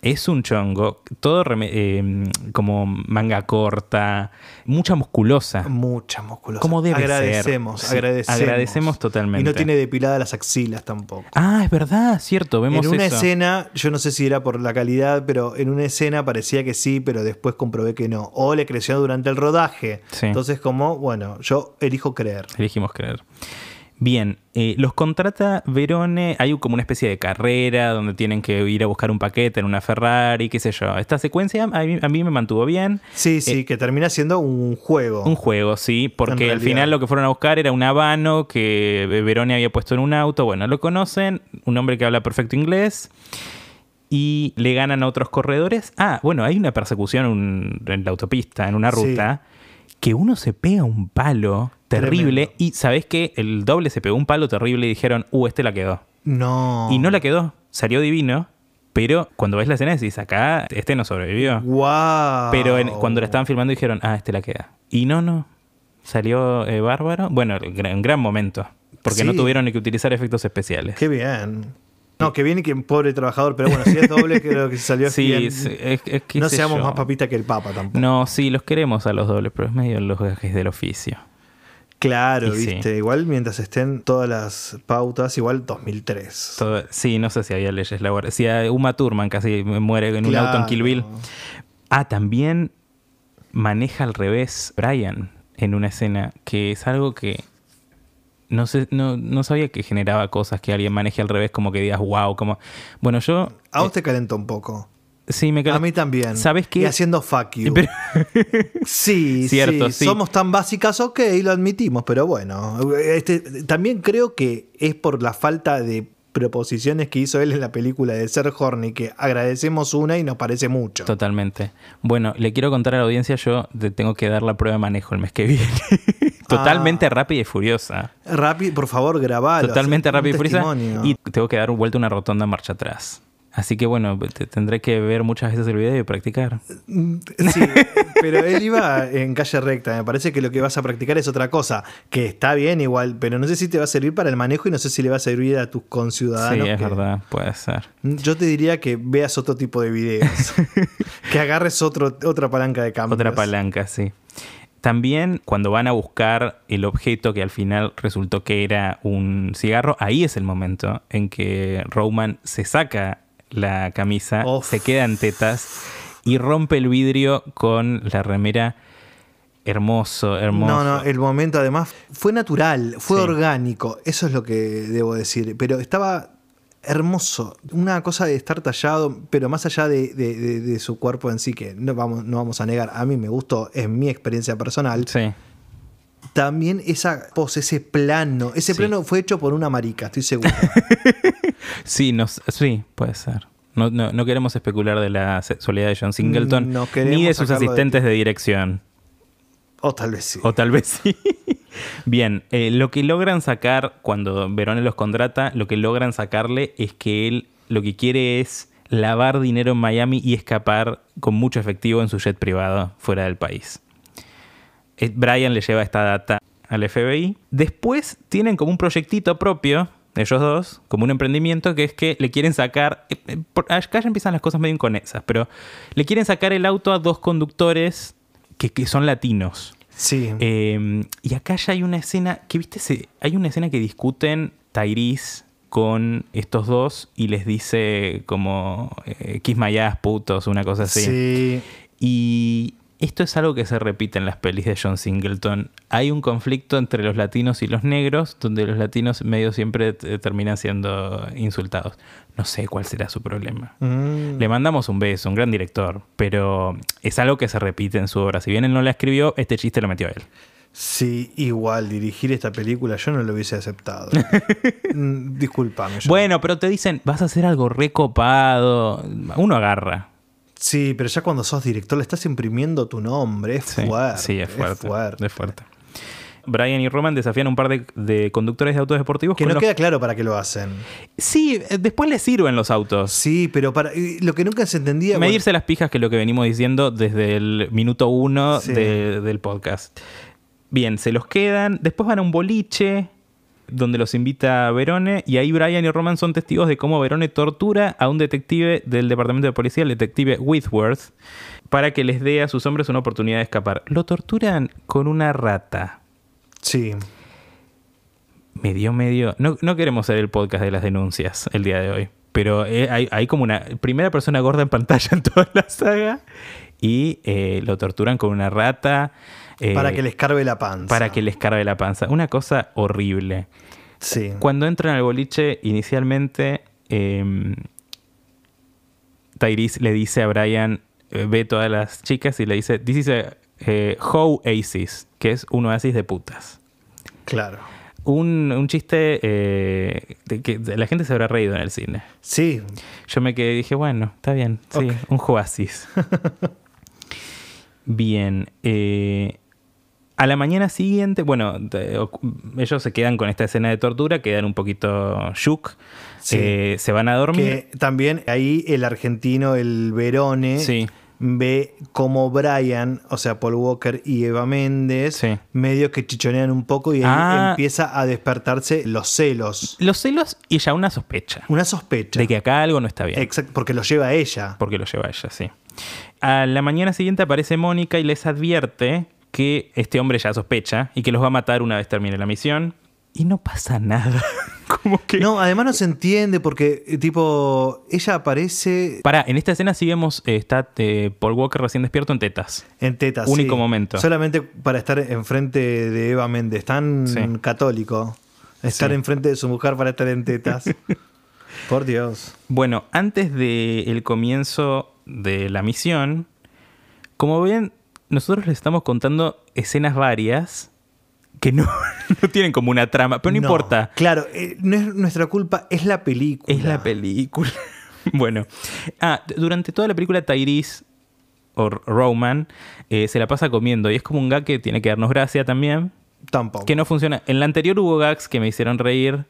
Speaker 1: es un chongo, todo reme- eh, como manga corta, mucha musculosa.
Speaker 2: Mucha musculosa.
Speaker 1: Como debe ser.
Speaker 2: agradecemos,
Speaker 1: Sí,
Speaker 2: agradecemos.
Speaker 1: agradecemos totalmente.
Speaker 2: Y no tiene depiladas las axilas tampoco.
Speaker 1: Ah, es verdad, cierto, vemos
Speaker 2: en una
Speaker 1: eso.
Speaker 2: escena, yo no sé si era por la calidad, pero en una escena parecía que sí, pero después comprobé que no. O le creció durante el rodaje.
Speaker 1: Sí.
Speaker 2: Entonces, como, bueno, yo elijo creer.
Speaker 1: Elegimos creer. Bien, eh, los contrata Verone, hay como una especie de carrera donde tienen que ir a buscar un paquete en una Ferrari, qué sé yo. Esta secuencia a mí, a mí me mantuvo bien.
Speaker 2: Sí, sí, que termina siendo un juego.
Speaker 1: Eh, Un juego, sí, porque al
Speaker 2: realidad.
Speaker 1: final lo que fueron a buscar era un habano que Verone había puesto en un auto. Bueno, lo conocen, un hombre que habla perfecto inglés. Y le ganan a otros corredores. Ah, bueno, hay una persecución en un- en la autopista, en una
Speaker 2: Sí.
Speaker 1: ruta, que uno se pega un palo terrible.
Speaker 2: Tremendo.
Speaker 1: Y sabés que el doble se pegó un palo terrible y dijeron, uh, este la quedó.
Speaker 2: No.
Speaker 1: Y no la quedó, salió divino. Pero cuando ves la escena decís, acá este no sobrevivió.
Speaker 2: Wow.
Speaker 1: Pero en- cuando la estaban filmando dijeron, ah, este la queda. Y no, no. Salió eh, bárbaro. Bueno, un gran, gran momento. Porque no
Speaker 2: Sí.
Speaker 1: tuvieron ni que utilizar efectos especiales.
Speaker 2: Qué bien. No, que bien y que pobre trabajador, pero bueno, si es doble, creo que salió
Speaker 1: Sí,
Speaker 2: bien.
Speaker 1: es- es- es- qué
Speaker 2: no
Speaker 1: sé
Speaker 2: seamos
Speaker 1: yo.
Speaker 2: más papita que el papa tampoco.
Speaker 1: No, sí, los queremos a los dobles, pero es medio los gajes del oficio.
Speaker 2: Claro,
Speaker 1: Y sí.
Speaker 2: viste. Igual mientras estén todas las pautas, igual 2003.
Speaker 1: Todo- sí, no sé si había leyes laborales. Si a Uma Thurman casi muere en un
Speaker 2: Claro.
Speaker 1: auto en Kill Bill. Ah, también maneja al revés Brian en una escena que es algo que no sé, no, no sabía que generaba cosas que alguien maneje al revés, como que digas wow, como bueno, yo
Speaker 2: A vos te calenta un poco.
Speaker 1: Sí, me
Speaker 2: A mí también.
Speaker 1: Eh, ¿Sabes qué?
Speaker 2: Y haciendo fuck you.
Speaker 1: Pero-
Speaker 2: Sí,
Speaker 1: Cierto, sí.
Speaker 2: Somos tan básicas, ok, lo admitimos, pero bueno. Este, también creo que es por la falta de proposiciones que hizo él en la película de Ser Horny, que agradecemos una y nos parece mucho.
Speaker 1: Totalmente. Bueno, le quiero contar a la audiencia, yo te tengo que dar la prueba de manejo el mes que viene.
Speaker 2: Ah.
Speaker 1: Totalmente rápida y furiosa.
Speaker 2: Rápido, por favor, grabalo.
Speaker 1: Totalmente
Speaker 2: hacé un
Speaker 1: rápida y furiosa.
Speaker 2: testimonio.
Speaker 1: Y tengo que dar vuelta una rotonda marcha atrás. Así que bueno, pues, te- tendré que ver muchas veces el video y practicar.
Speaker 2: Sí, pero él iba en calle recta. Me parece que lo que vas a practicar es otra cosa, que está bien igual, pero no sé si te va a servir para el manejo y no sé si le va a servir a tus
Speaker 1: sí,
Speaker 2: conciudadanos.
Speaker 1: es
Speaker 2: que-
Speaker 1: verdad, puede ser.
Speaker 2: Yo te diría que veas otro tipo de videos. que agarres otro, otra palanca de cambios.
Speaker 1: Otra palanca, sí. También cuando van a buscar el objeto que al final resultó que era un cigarro, ahí es el momento en que Roman se saca la camisa,
Speaker 2: Uf.
Speaker 1: se queda en tetas y rompe el vidrio con la remera. Hermoso, hermoso.
Speaker 2: No, no, el momento además fue natural, fue
Speaker 1: Sí.
Speaker 2: orgánico, eso es lo que debo decir, pero estaba hermoso, una cosa de estar tallado, pero más allá de, de- de- de su cuerpo en sí, que no vamos, no vamos a negar, a mí me gustó, es mi experiencia personal,
Speaker 1: Sí.
Speaker 2: también esa pose, ese plano, ese
Speaker 1: Sí.
Speaker 2: plano fue hecho por una marica, estoy seguro.
Speaker 1: Sí, no, s- sí, puede ser. No, no- no queremos especular de la sexualidad de John Singleton
Speaker 2: No
Speaker 1: ni de
Speaker 2: queremos
Speaker 1: sus
Speaker 2: sacarlo de
Speaker 1: asistentes de dirección.
Speaker 2: o tal vez sí.
Speaker 1: O tal vez sí. Bien, eh, lo que logran sacar cuando Verone los contrata, lo que logran sacarle es que él lo que quiere es lavar dinero en Miami y escapar con mucho efectivo en su jet privado fuera del país. Eh, Brian le lleva esta data al FBI. Después tienen como un proyectito propio, ellos dos, como un emprendimiento, que es que le quieren sacar. eh, eh, por- acá ya empiezan las cosas medio inconexas, pero le quieren sacar el auto a dos conductores que- que son latinos.
Speaker 2: Sí.
Speaker 1: Eh, y acá ya hay una escena, que viste, Se- hay una escena que discuten Tyrese con estos dos y les dice como eh, kiss my ass, putos, una cosa así.
Speaker 2: sí.
Speaker 1: Y esto es algo que se repite en las pelis de John Singleton. Hay un conflicto entre los latinos y los negros, donde los latinos medio siempre eh, terminan siendo insultados. No sé cuál será su problema.
Speaker 2: Mm.
Speaker 1: Le mandamos un beso, un gran director, pero es algo que se repite en su obra. Si bien él no la escribió, este chiste lo metió él.
Speaker 2: Sí, igual dirigir esta película yo no lo hubiese aceptado. Mm, Disculpame. yo-
Speaker 1: Bueno, pero te dicen, vas a hacer algo recopado. Uno agarra.
Speaker 2: Sí, pero ya cuando sos director le estás imprimiendo tu nombre, es
Speaker 1: Sí,
Speaker 2: fuerte.
Speaker 1: sí, es fuerte. Es fuerte. Brian y Roman desafían a un par de, de conductores de autos deportivos.
Speaker 2: Que
Speaker 1: con
Speaker 2: no
Speaker 1: los-
Speaker 2: queda claro para qué lo hacen.
Speaker 1: Sí, eh, después les sirven los autos.
Speaker 2: Sí, pero para y lo que nunca se entendía. bueno,
Speaker 1: Medirse las pijas, que es lo que venimos diciendo desde el minuto uno
Speaker 2: Sí.
Speaker 1: de- del podcast. Bien, se los quedan. Después van a un boliche donde los invita Verone y ahí Brian y Roman son testigos de cómo Verone tortura a un detective del departamento de policía, el detective Whitworth, para que les dé a sus hombres una oportunidad de escapar. Lo torturan con una rata.
Speaker 2: sí.
Speaker 1: Medio, medio. No, no queremos ser el podcast de las denuncias el día de hoy. Pero eh, hay, hay como una primera persona gorda en pantalla en toda la saga. Y eh, lo torturan con una rata. eh,
Speaker 2: para que les cargue la panza.
Speaker 1: para que les cargue la panza. Una cosa horrible.
Speaker 2: Sí.
Speaker 1: Cuando entran al boliche, inicialmente. eh, Tyrese le dice a Brian. eh, ve todas las chicas y le dice. This is a eh, hoe aces. Que es un oasis de putas
Speaker 2: Claro.
Speaker 1: un, un chiste eh, de que la gente se habrá reído en el cine.
Speaker 2: Sí.
Speaker 1: Yo me quedé y dije, bueno, está bien, sí,
Speaker 2: Ok.
Speaker 1: un joasis. bien. eh, a la mañana siguiente, bueno, de- o- ellos se quedan con esta escena de tortura, quedan un poquito shook,
Speaker 2: Sí.
Speaker 1: eh, se van a dormir.
Speaker 2: Que también ahí el argentino, el Verone,
Speaker 1: Sí.
Speaker 2: ve como Brian, o sea, Paul Walker y Eva Méndez,
Speaker 1: Sí.
Speaker 2: medio que chichonean un poco y ahí
Speaker 1: Ah.
Speaker 2: empieza a despertarse los celos.
Speaker 1: Los celos y ya una sospecha
Speaker 2: Una sospecha.
Speaker 1: de que acá algo no está bien.
Speaker 2: Exacto, porque los lleva ella.
Speaker 1: Porque lo lleva ella, sí. A la mañana siguiente aparece Mónica y les advierte que este hombre ya sospecha y que los va a matar una vez termine la misión. Y no pasa nada. Como que.
Speaker 2: No, además no se entiende porque, eh, tipo, ella aparece
Speaker 1: Pará, en esta escena sí vemos, eh, está eh, Paul Walker recién despierto en tetas.
Speaker 2: en tetas.
Speaker 1: Único momento.
Speaker 2: Solamente para estar enfrente de Eva Méndez, tan
Speaker 1: Sí.
Speaker 2: católico. Estar
Speaker 1: Sí.
Speaker 2: enfrente de su mujer para estar en tetas. Por Dios.
Speaker 1: Bueno, antes del comienzo de la misión. Como ven, nosotros les estamos contando escenas varias que no, no tienen como una trama, pero no, importa.
Speaker 2: Claro, eh, no es nuestra culpa, es la película.
Speaker 1: Es la película. bueno, ah, durante toda la película Tyrese o Roman eh, se la pasa comiendo y es como un gag que tiene que darnos gracia también.
Speaker 2: Tampoco.
Speaker 1: Que no funciona. En la anterior hubo gags que me hicieron reír,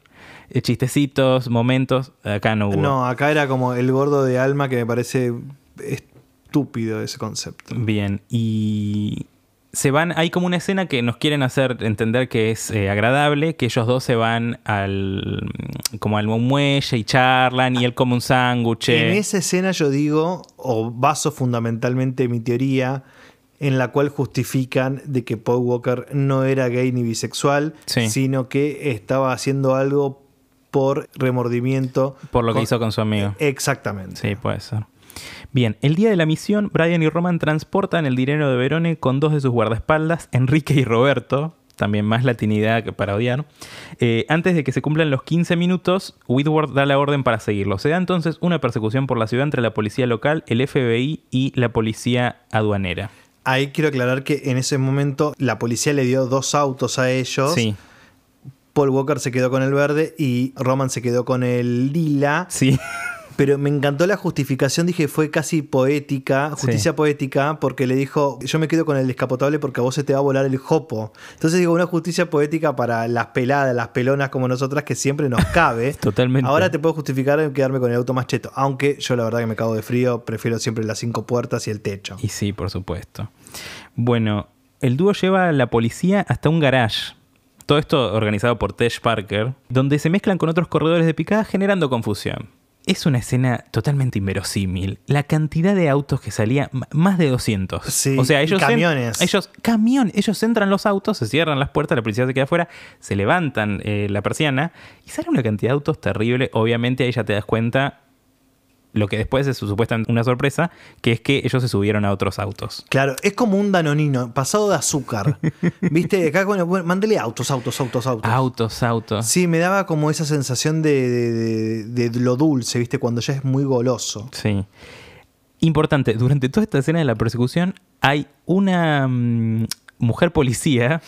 Speaker 1: eh, chistecitos, momentos. Acá no hubo.
Speaker 2: No, acá era como el gordo de alma que me parece estúpido ese concepto.
Speaker 1: Bien, y se van, hay como una escena que nos quieren hacer entender que es eh, agradable, que ellos dos se van al como al muelle y charlan y él come un sándwich.
Speaker 2: En esa escena yo digo, o baso fundamentalmente mi teoría, en la cual justifican de que Paul Walker no era gay ni bisexual,
Speaker 1: Sí.
Speaker 2: sino que estaba haciendo algo por remordimiento.
Speaker 1: Por lo que
Speaker 2: Con-
Speaker 1: hizo con su amigo.
Speaker 2: Exactamente.
Speaker 1: Sí, puede ser. Bien, el día de la misión, Brian y Roman transportan el dinero de Verone con dos de sus guardaespaldas, Enrique y Roberto, también más latinidad que para odiar. Eh, antes de que se cumplan los 15 minutos, Whitworth da la orden para seguirlo. Se da entonces una persecución por la ciudad entre la policía local, el FBI y la policía aduanera.
Speaker 2: Ahí quiero aclarar que en ese momento la policía le dio dos autos a ellos.
Speaker 1: Sí,
Speaker 2: Paul Walker se quedó con el verde y Roman se quedó con el lila.
Speaker 1: sí.
Speaker 2: Pero me encantó la justificación, dije, fue casi poética, justicia poética, porque le dijo, yo me quedo con el descapotable porque a vos se te va a volar el jopo. Entonces digo, una justicia poética para las peladas, las pelonas como nosotras, que siempre nos cabe.
Speaker 1: Totalmente.
Speaker 2: Ahora te puedo justificar en quedarme con el auto más cheto, aunque yo la verdad que me cago de frío, prefiero siempre las cinco puertas y el techo.
Speaker 1: Y sí, por supuesto. Bueno, el dúo lleva a la policía hasta un garage. Todo esto organizado por Tesh Parker, donde se mezclan con otros corredores de picada generando confusión. Es una escena totalmente inverosímil. La cantidad de autos que salía, m- más de 200.
Speaker 2: Sí,
Speaker 1: o sea,
Speaker 2: y
Speaker 1: ellos en-
Speaker 2: camiones.
Speaker 1: ellos camión, ellos entran los autos, se cierran las puertas, la policía se queda afuera, se levantan eh, la persiana y sale una cantidad de autos terrible. Obviamente ahí ya te das cuenta lo que después es supuestamente una sorpresa, que es que ellos se subieron a otros autos.
Speaker 2: Claro, es como un danonino, pasado de azúcar. ¿Viste? Acá, bueno, bueno, mándele autos, autos, autos, autos.
Speaker 1: Autos, autos.
Speaker 2: Sí, me daba como esa sensación de, de- de- de lo dulce, ¿viste? Cuando ya es muy goloso.
Speaker 1: Sí. Importante, durante toda esta escena de la persecución hay una mm, mujer policía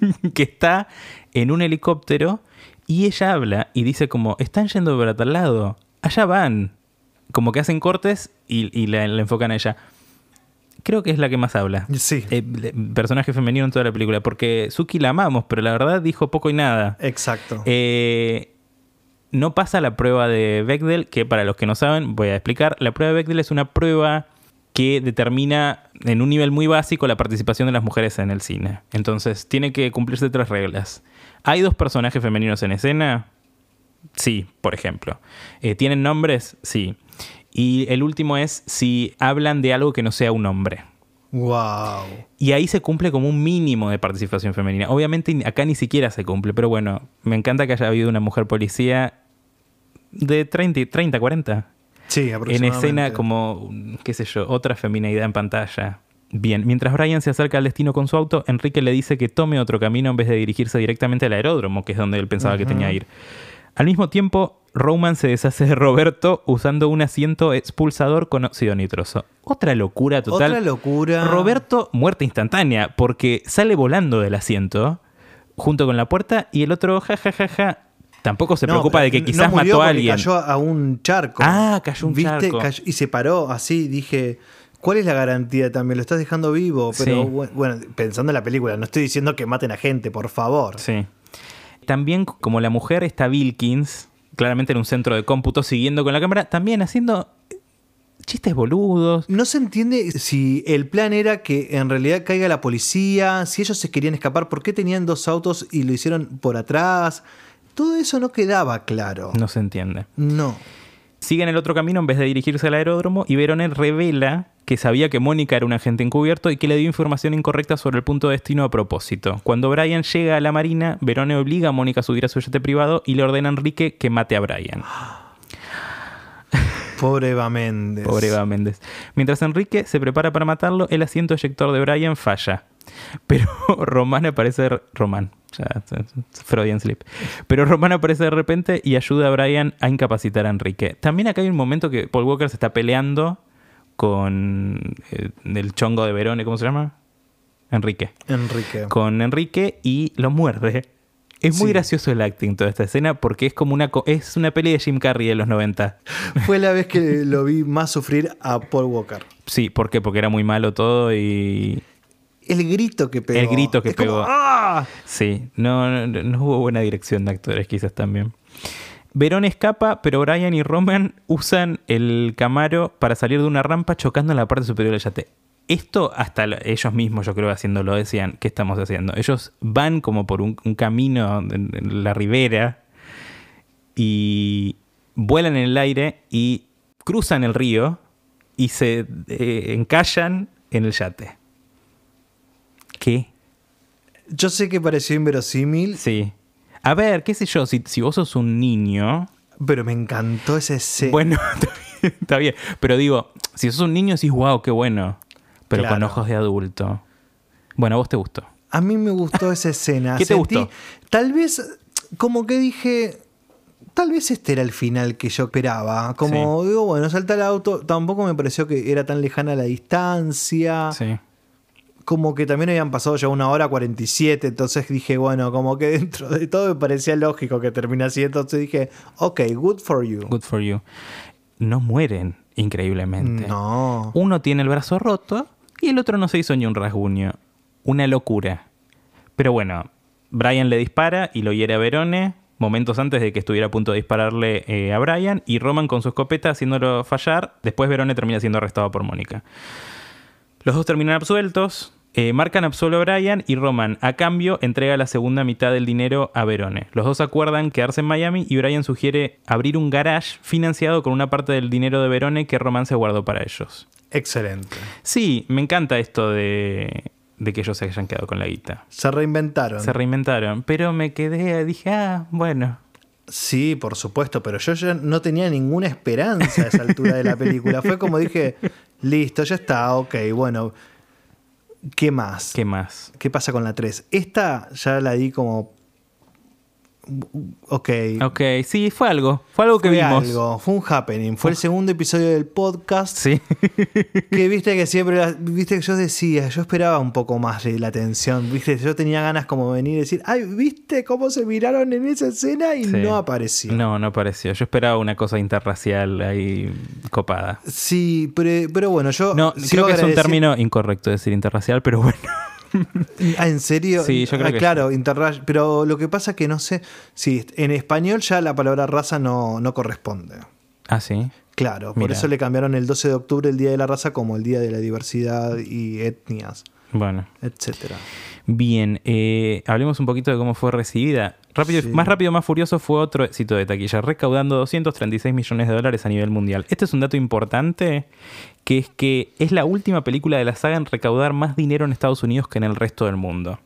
Speaker 1: que está en un helicóptero y ella habla y dice como, están yendo para tal lado, allá van. Como que hacen cortes y, y la, la enfocan a ella. Creo que es la que más habla.
Speaker 2: Sí.
Speaker 1: Eh, le- personaje femenino en toda la película, porque Suki la amamos, pero la verdad dijo poco y nada.
Speaker 2: Exacto.
Speaker 1: Eh, no pasa la prueba de Bechdel, que para los que no saben, voy a explicar. La prueba de Bechdel es una prueba que determina en un nivel muy básico la participación de las mujeres en el cine. Entonces, tiene que cumplirse tres reglas. ¿Hay dos personajes femeninos en escena? Sí, por ejemplo. Eh, ¿Tienen nombres? Sí. Y el último es si hablan de algo que no sea un hombre.
Speaker 2: wow.
Speaker 1: Y ahí se cumple como un mínimo de participación femenina. Obviamente acá ni siquiera se cumple, pero bueno, me encanta que haya habido una mujer policía de 30, 30 40.
Speaker 2: Sí,
Speaker 1: En
Speaker 2: aproximadamente.
Speaker 1: escena como, qué sé yo, otra feminidad en pantalla. Bien, mientras Brian se acerca al destino con su auto, Enrique le dice que tome otro camino en vez de dirigirse directamente al aeródromo, que es donde él pensaba que tenía que ir. Al mismo tiempo, Roman se deshace de Roberto usando un asiento expulsador con óxido nitroso. Otra locura total.
Speaker 2: Otra locura.
Speaker 1: Roberto, muerte instantánea, porque sale volando del asiento junto con la puerta y el otro, ja, ja, ja, ja, tampoco se
Speaker 2: No,
Speaker 1: preocupa
Speaker 2: pero
Speaker 1: de que
Speaker 2: no
Speaker 1: quizás
Speaker 2: murió
Speaker 1: mató a
Speaker 2: porque
Speaker 1: alguien.
Speaker 2: Cayó a un charco.
Speaker 1: Ah, cayó un charco.
Speaker 2: Cayó- y se paró así. Dije, ¿cuál es la garantía también? Lo estás dejando vivo. Pero
Speaker 1: Sí.
Speaker 2: bu- bueno, pensando en la película, no estoy diciendo que maten a gente, por favor.
Speaker 1: Sí. También, como la mujer, está Wilkins, claramente en un centro de cómputo, siguiendo con la cámara, también haciendo chistes boludos.
Speaker 2: No se entiende si el plan era que en realidad caiga la policía, si ellos se querían escapar, por qué tenían dos autos y lo hicieron por atrás. Todo eso no quedaba claro.
Speaker 1: No se entiende.
Speaker 2: No.
Speaker 1: Siguen el otro camino en vez de dirigirse al aeródromo y Veronel revela que sabía que Mónica era un agente encubierto y que le dio información incorrecta sobre el punto de destino a propósito. Cuando Brian llega a la marina, Verone obliga a Mónica a subir a su yate privado y le ordena a Enrique que mate a Brian.
Speaker 2: Pobre Eva Méndez.
Speaker 1: Pobre Eva Méndez. Mientras Enrique se prepara para matarlo, el asiento eyector de Brian falla. Pero Román aparece. Román. Ya, Freudian slip. Pero Román aparece de repente y ayuda a Brian a incapacitar a Enrique. También acá hay un momento que Paul Walker se está peleando con eh, el chongo de Verone, ¿cómo se llama? Enrique.
Speaker 2: Enrique.
Speaker 1: Con Enrique y lo muerde. Es muy
Speaker 2: Sí.
Speaker 1: gracioso el acting toda esta escena porque es como una co- es una peli de Jim Carrey de los 90.
Speaker 2: Fue la vez que lo vi más sufrir a Paul Walker.
Speaker 1: Sí, ¿por qué? Porque era muy malo todo y
Speaker 2: El grito que pegó.
Speaker 1: El grito que
Speaker 2: Es como,
Speaker 1: pegó.
Speaker 2: ¡ah!
Speaker 1: sí, no, no, no hubo buena dirección de actores quizás también. Verón escapa, pero Brian y Roman usan el Camaro para salir de una rampa chocando en la parte superior del yate. Esto hasta lo- ellos mismos, yo creo, haciéndolo, decían, ¿qué estamos haciendo? Ellos van como por un, un camino en en la ribera y vuelan en el aire y cruzan el río y se eh, encallan en el yate. ¿Qué?
Speaker 2: Yo sé que pareció inverosímil,
Speaker 1: Sí. A ver, qué sé yo, si, si vos sos un niño.
Speaker 2: pero me encantó esa escena.
Speaker 1: Bueno, está bien, está bien. Pero digo, si sos un niño decís, wow, qué bueno. Pero con
Speaker 2: Claro.
Speaker 1: ojos de adulto. Bueno, a vos te gustó.
Speaker 2: A mí me gustó esa escena.
Speaker 1: ¿Qué te
Speaker 2: Sentí-
Speaker 1: gustó?
Speaker 2: Tal vez, como que dije, tal vez este era el final que yo esperaba. Como digo, bueno, salta el auto. Tampoco me pareció que era tan lejana la distancia.
Speaker 1: Sí.
Speaker 2: Como que también habían pasado ya una hora 47. Entonces dije, bueno, como que dentro de todo me parecía lógico que termine así. Entonces dije, ok, good for you.
Speaker 1: Good for you. No mueren, increíblemente.
Speaker 2: No.
Speaker 1: Uno tiene el brazo roto y el otro no se hizo ni un rasguño. Una locura. Pero bueno, Brian le dispara y lo hiere a Verone momentos antes de que estuviera a punto de dispararle eh, a Brian y Roman con su escopeta haciéndolo fallar. Después Verone termina siendo arrestado por Mónica. Los dos terminan absueltos. eh, marcan absuelo a Brian y Roman. A cambio, entrega la segunda mitad del dinero a Verone. Los dos acuerdan quedarse en Miami y Brian sugiere abrir un garage financiado con una parte del dinero de Verone que Roman se guardó para ellos.
Speaker 2: Excelente.
Speaker 1: Sí, me encanta esto de, de que ellos se hayan quedado con la guita.
Speaker 2: Se reinventaron.
Speaker 1: Se reinventaron, pero me quedé, dije, ah, bueno.
Speaker 2: Sí, por supuesto, pero yo ya no tenía ninguna esperanza a esa altura de la película. Fue como dije, listo, ya está, ok, bueno. ¿Qué más?
Speaker 1: ¿Qué más?
Speaker 2: ¿Qué pasa con la 3? Esta ya la di como... Ok.
Speaker 1: Ok, sí, fue algo. Fue algo que
Speaker 2: fue
Speaker 1: vimos.
Speaker 2: algo, fue un happening. Fue el segundo episodio del podcast
Speaker 1: Sí.
Speaker 2: que viste que siempre, la- viste que yo decía, yo esperaba un poco más de la atención, viste, yo tenía ganas como de venir y decir, ay, viste cómo se miraron en esa escena y
Speaker 1: Sí.
Speaker 2: no apareció.
Speaker 1: No, no apareció. Yo esperaba una cosa interracial ahí copada.
Speaker 2: Sí, pero, pero bueno, yo.
Speaker 1: No,
Speaker 2: sigo
Speaker 1: creo que es un
Speaker 2: agradeci-
Speaker 1: término incorrecto decir interracial, pero bueno.
Speaker 2: Ah, ¿en serio?
Speaker 1: Sí, yo creo
Speaker 2: Ah,
Speaker 1: que
Speaker 2: Claro, interra- Pero lo que pasa es que no sé. Sí, en español ya la palabra raza no, no corresponde.
Speaker 1: Ah, sí.
Speaker 2: Claro, por
Speaker 1: Mira.
Speaker 2: eso le cambiaron el 12 de octubre el Día de la Raza como el Día de la Diversidad y Etnias,
Speaker 1: Bueno.
Speaker 2: etcétera.
Speaker 1: Bien, eh, hablemos un poquito de cómo fue recibida. Rápido,
Speaker 2: Sí.
Speaker 1: Más rápido, más furioso fue otro éxito de taquilla, recaudando 236 millones de dólares a nivel mundial. Este es un dato importante, que es que es la última película de la saga en recaudar más dinero en Estados Unidos que en el resto del mundo.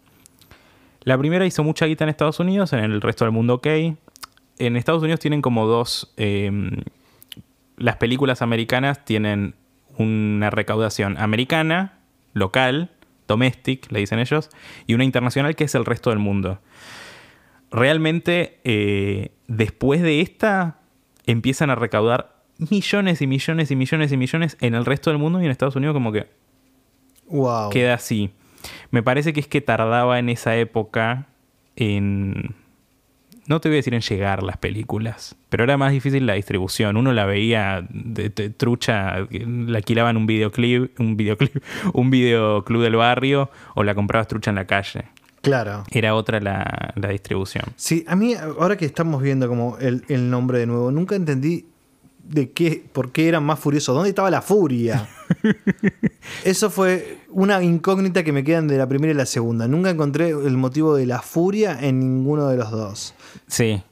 Speaker 1: La primera hizo mucha guita en Estados Unidos, en el resto del mundo ok. En Estados Unidos tienen como dos... eh, las películas americanas tienen una recaudación americana, local, domestic, le dicen ellos, y una internacional que es el resto del mundo. Realmente, eh, después de esta, empiezan a recaudar millones y millones y millones y millones en el resto del mundo y en Estados Unidos como que
Speaker 2: Wow.
Speaker 1: queda así. Me parece que es que tardaba en esa época en... No te voy a decir en llegar las películas, pero era más difícil la distribución. Uno la veía de, de trucha, que la alquilaban un videoclip, un videoclip, un videoclub del barrio o la comprabas trucha en la calle.
Speaker 2: Claro.
Speaker 1: Era otra la, la distribución.
Speaker 2: Sí, a mí, ahora que estamos viendo como el, el nombre de nuevo, nunca entendí de qué, por qué eran más furiosos, dónde estaba la furia. Eso fue una incógnita que me quedan de la primera y la segunda. Nunca encontré el motivo de la furia en ninguno de los dos.
Speaker 1: Sí.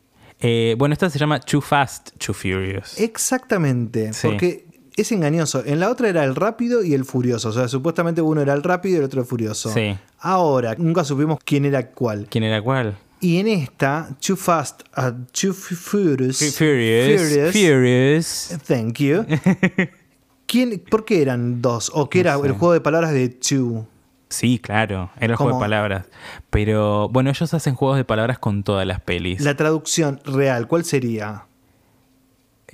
Speaker 1: Eh, bueno, esta se llama Too Fast, Too
Speaker 2: Eh.
Speaker 1: Furious.
Speaker 2: Exactamente,
Speaker 1: Sí.
Speaker 2: porque es engañoso. En la otra era el rápido y el furioso. O sea, supuestamente uno era el rápido y el otro el furioso.
Speaker 1: Sí.
Speaker 2: Ahora, nunca supimos quién era cuál.
Speaker 1: ¿Quién era cuál?
Speaker 2: Y en esta, Too Fast, and Too Fu- Furious.
Speaker 1: Furious. Furious.
Speaker 2: Thank you. ¿Quién, ¿Por qué eran dos? ¿O qué era
Speaker 1: No sé.
Speaker 2: el juego de palabras de two?
Speaker 1: Sí, claro, era el juego de
Speaker 2: ¿Cómo?
Speaker 1: palabras. Pero bueno, ellos hacen juegos de palabras con todas las pelis.
Speaker 2: La traducción real, ¿cuál sería?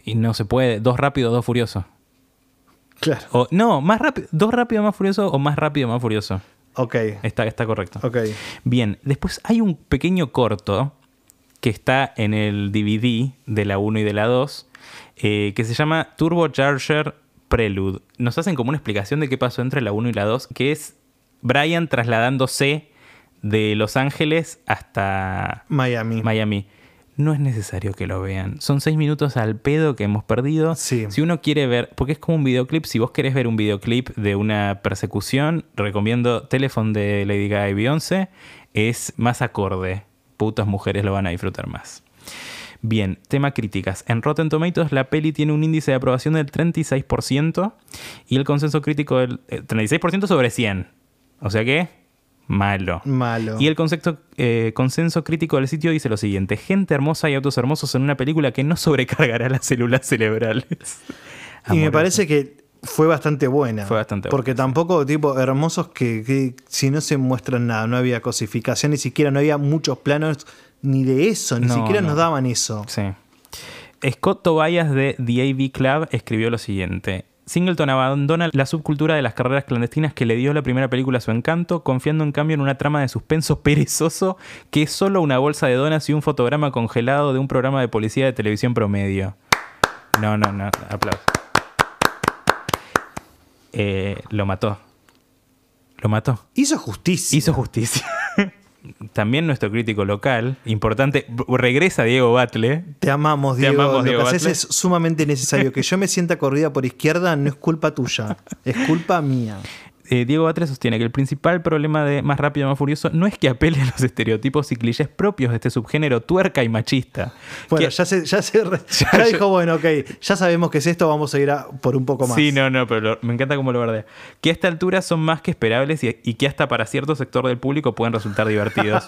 Speaker 1: Y no se puede, dos rápidos, dos furiosos.
Speaker 2: Claro.
Speaker 1: O, no, más rápido, dos rápido más furioso o más rápido más furioso.
Speaker 2: Ok.
Speaker 1: Está, está correcto.
Speaker 2: Ok.
Speaker 1: Bien, después hay un pequeño corto que está en el DVD de la 1 y de la 2 eh, que se llama Turbocharger Prelude. Nos hacen como una explicación de qué pasó entre la 1 y la 2, que es Brian trasladándose de Los Ángeles hasta
Speaker 2: Miami.
Speaker 1: Miami. No es necesario que lo vean. Son seis minutos al pedo que hemos perdido.
Speaker 2: Sí.
Speaker 1: Si uno quiere ver, porque es como un videoclip, si vos querés ver un videoclip de una persecución, recomiendo Telephone de Lady Gaga y Beyoncé. Es más acorde. Putas mujeres lo van a disfrutar más. Bien, tema críticas. En Rotten Tomatoes la peli tiene un índice de aprobación del 36% y el consenso crítico del eh, 36% sobre 100. O sea que, malo.
Speaker 2: Malo.
Speaker 1: Y el concepto, eh, consenso crítico del sitio dice lo siguiente: gente hermosa y autos hermosos en una película que no sobrecargará las células cerebrales.
Speaker 2: Y me
Speaker 1: Amoroso.
Speaker 2: parece que fue bastante buena.
Speaker 1: Fue bastante buena,
Speaker 2: Porque tampoco, tipo, hermosos que, que si no se muestran nada, no había cosificación, ni siquiera, no había muchos planos ni de eso, ni
Speaker 1: No,
Speaker 2: siquiera
Speaker 1: no.
Speaker 2: nos daban eso.
Speaker 1: Sí. Scott Tobias de The AV Club escribió lo siguiente. Singleton abandona la subcultura de las carreras clandestinas que le dio la primera película su encanto, confiando en cambio en una trama de suspenso perezoso que es solo una bolsa de donas y un fotograma congelado de un programa de policía de televisión promedio. No, no, no. Aplausos. Eh, lo mató. Lo mató.
Speaker 2: Hizo justicia.
Speaker 1: Hizo justicia. También nuestro crítico local, importante, b- regresa Diego Batle,
Speaker 2: Te amamos,
Speaker 1: Te
Speaker 2: Diego.
Speaker 1: amamos,
Speaker 2: Lo
Speaker 1: Diego
Speaker 2: que haces
Speaker 1: Batlle.
Speaker 2: es sumamente necesario. Que yo me sienta corrida por izquierda no es culpa tuya, es culpa mía.
Speaker 1: Eh, Diego Batres sostiene que el principal problema de Más Rápido, Más Furioso no es que apele a los estereotipos y clichés propios de este subgénero tuerca y machista.
Speaker 2: Bueno,
Speaker 1: Que-
Speaker 2: ya se, ya se re- ya dijo, bueno, ok, ya sabemos que es esto, vamos a ir a por un poco más.
Speaker 1: Sí, no, no, pero lo- me encanta cómo lo verdea. Que a esta altura son más que esperables y, y que hasta para cierto sector del público pueden resultar divertidos.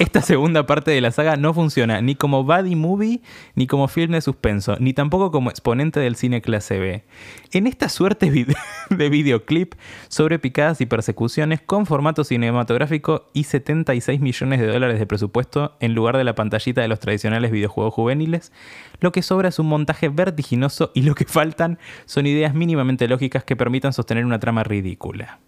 Speaker 1: Esta segunda parte de la saga no funciona ni como buddy movie, ni como film de suspenso, ni tampoco como exponente del cine clase B. En esta suerte vide- de videoclip sobre picadas y persecuciones con formato cinematográfico y 76 millones de dólares de presupuesto en lugar de la pantallita de los tradicionales videojuegos juveniles, lo que sobra es un montaje vertiginoso y lo que faltan son ideas mínimamente lógicas que permitan sostener una trama ridícula.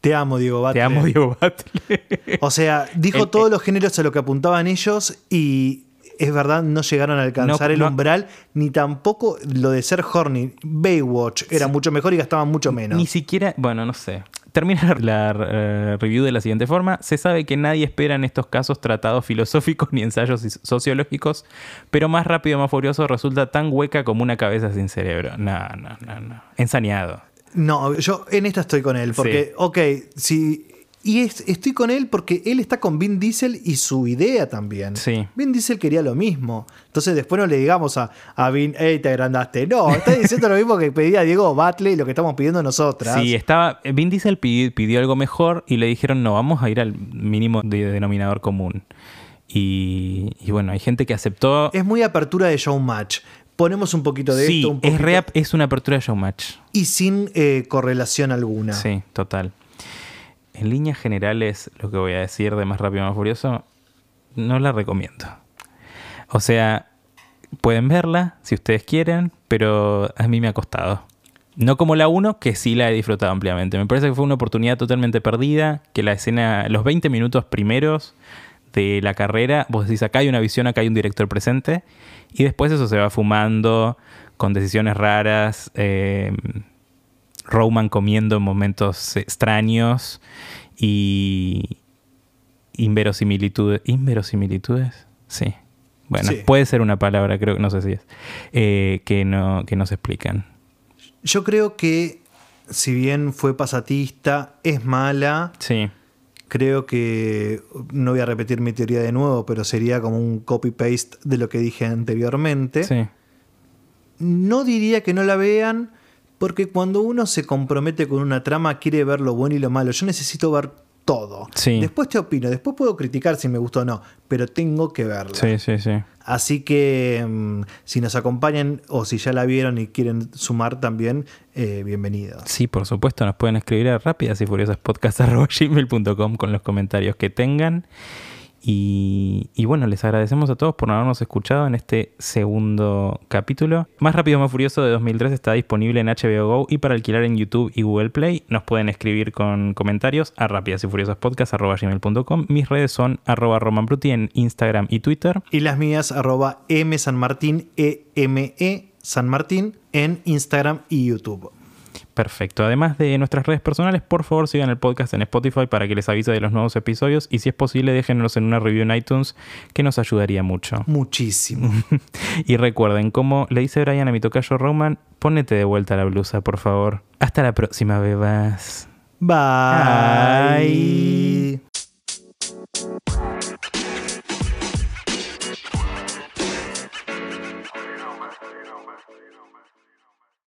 Speaker 2: Te amo, Diego Batlle.
Speaker 1: Te amo, Diego Batle.
Speaker 2: O sea, dijo
Speaker 1: El- eh,
Speaker 2: todos los géneros a lo que apuntaban ellos y es verdad, no llegaron a alcanzar
Speaker 1: No,
Speaker 2: el
Speaker 1: no.
Speaker 2: umbral, ni tampoco lo de ser horny. Baywatch era mucho mejor y gastaban mucho menos.
Speaker 1: Ni siquiera, bueno, no sé. Termina la eh, review de la siguiente forma. Se sabe que nadie espera en estos casos tratados filosóficos ni ensayos is- sociológicos, pero más rápido, más furioso resulta tan hueca como una cabeza sin cerebro. No, no, no, no. Ensaneado.
Speaker 2: No, yo en esta estoy con él, porque,
Speaker 1: Sí.
Speaker 2: ok, sí. Y es- estoy con él porque él está con Vin Diesel y su idea también.
Speaker 1: Sí.
Speaker 2: Vin Diesel quería lo mismo. Entonces después no le digamos a, a Vin, hey, te agrandaste. No, está diciendo lo mismo que pedía Diego Batley y lo que estamos pidiendo nosotras.
Speaker 1: Sí, estaba. eh, Vin Diesel pidió, pidió algo mejor y le dijeron, no, vamos a ir al mínimo de- denominador común. Y, y bueno, hay gente que aceptó.
Speaker 2: Es muy apertura de showmatch. Ponemos un poquito de
Speaker 1: sí,
Speaker 2: esto, un
Speaker 1: es,
Speaker 2: poquito-
Speaker 1: re- es una apertura de showmatch.
Speaker 2: y sin eh, correlación alguna.
Speaker 1: Sí, total. En líneas generales, lo que voy a decir de más rápido, más furioso, no la recomiendo. O sea, pueden verla si ustedes quieren, pero a mí me ha costado. No como la 1, que sí la he disfrutado ampliamente. Me parece que fue una oportunidad totalmente perdida, que la escena, los 20 minutos primeros de la carrera, vos decís, acá hay una visión, acá hay un director presente, y después eso se va fumando con decisiones raras. eh, Roman comiendo en momentos extraños y inverosimilitudes. ¿Inverosimilitudes? Sí. Bueno,
Speaker 2: Sí.
Speaker 1: puede ser una palabra, creo que no sé si es. eh, que, no, que no se explican.
Speaker 2: Yo creo que, si bien fue pasatista, es mala.
Speaker 1: Sí.
Speaker 2: Creo que, no voy a repetir mi teoría de nuevo, pero sería como un copy-paste de lo que dije anteriormente.
Speaker 1: Sí.
Speaker 2: No diría que no la vean, porque cuando uno se compromete con una trama quiere ver lo bueno y lo malo. Yo necesito ver todo.
Speaker 1: Sí.
Speaker 2: Después te opino, después puedo criticar si me gustó o no, pero tengo que verla.
Speaker 1: Sí, sí, sí.
Speaker 2: Así que mm, si nos acompañan o si ya la vieron y quieren sumar también, eh, bienvenidos.
Speaker 1: Sí, por supuesto, nos pueden escribir a rápidas y furiosaspodcast.com con los comentarios que tengan. Y, y bueno, les agradecemos a todos por habernos escuchado en este segundo capítulo. Más Rápido, Más Furioso de 2003 está disponible en HBO Go y para alquilar en YouTube y Google Play. Nos pueden escribir con comentarios a rápidas y furiosas podcast.com. Mis redes son arroba Roman Bruti en Instagram y Twitter.
Speaker 2: Y las mías, arroba E M San Martín, E-M-E San Martín, en Instagram y YouTube.
Speaker 1: Perfecto. Además de nuestras redes personales, por favor sigan el podcast en Spotify para que les avise de los nuevos episodios y si es posible déjenos en una review en iTunes que nos ayudaría mucho.
Speaker 2: Muchísimo.
Speaker 1: y recuerden, como le dice Brian a mi tocayo Roman, ponete de vuelta la blusa, por favor. Hasta la próxima, bebas.
Speaker 2: Bye.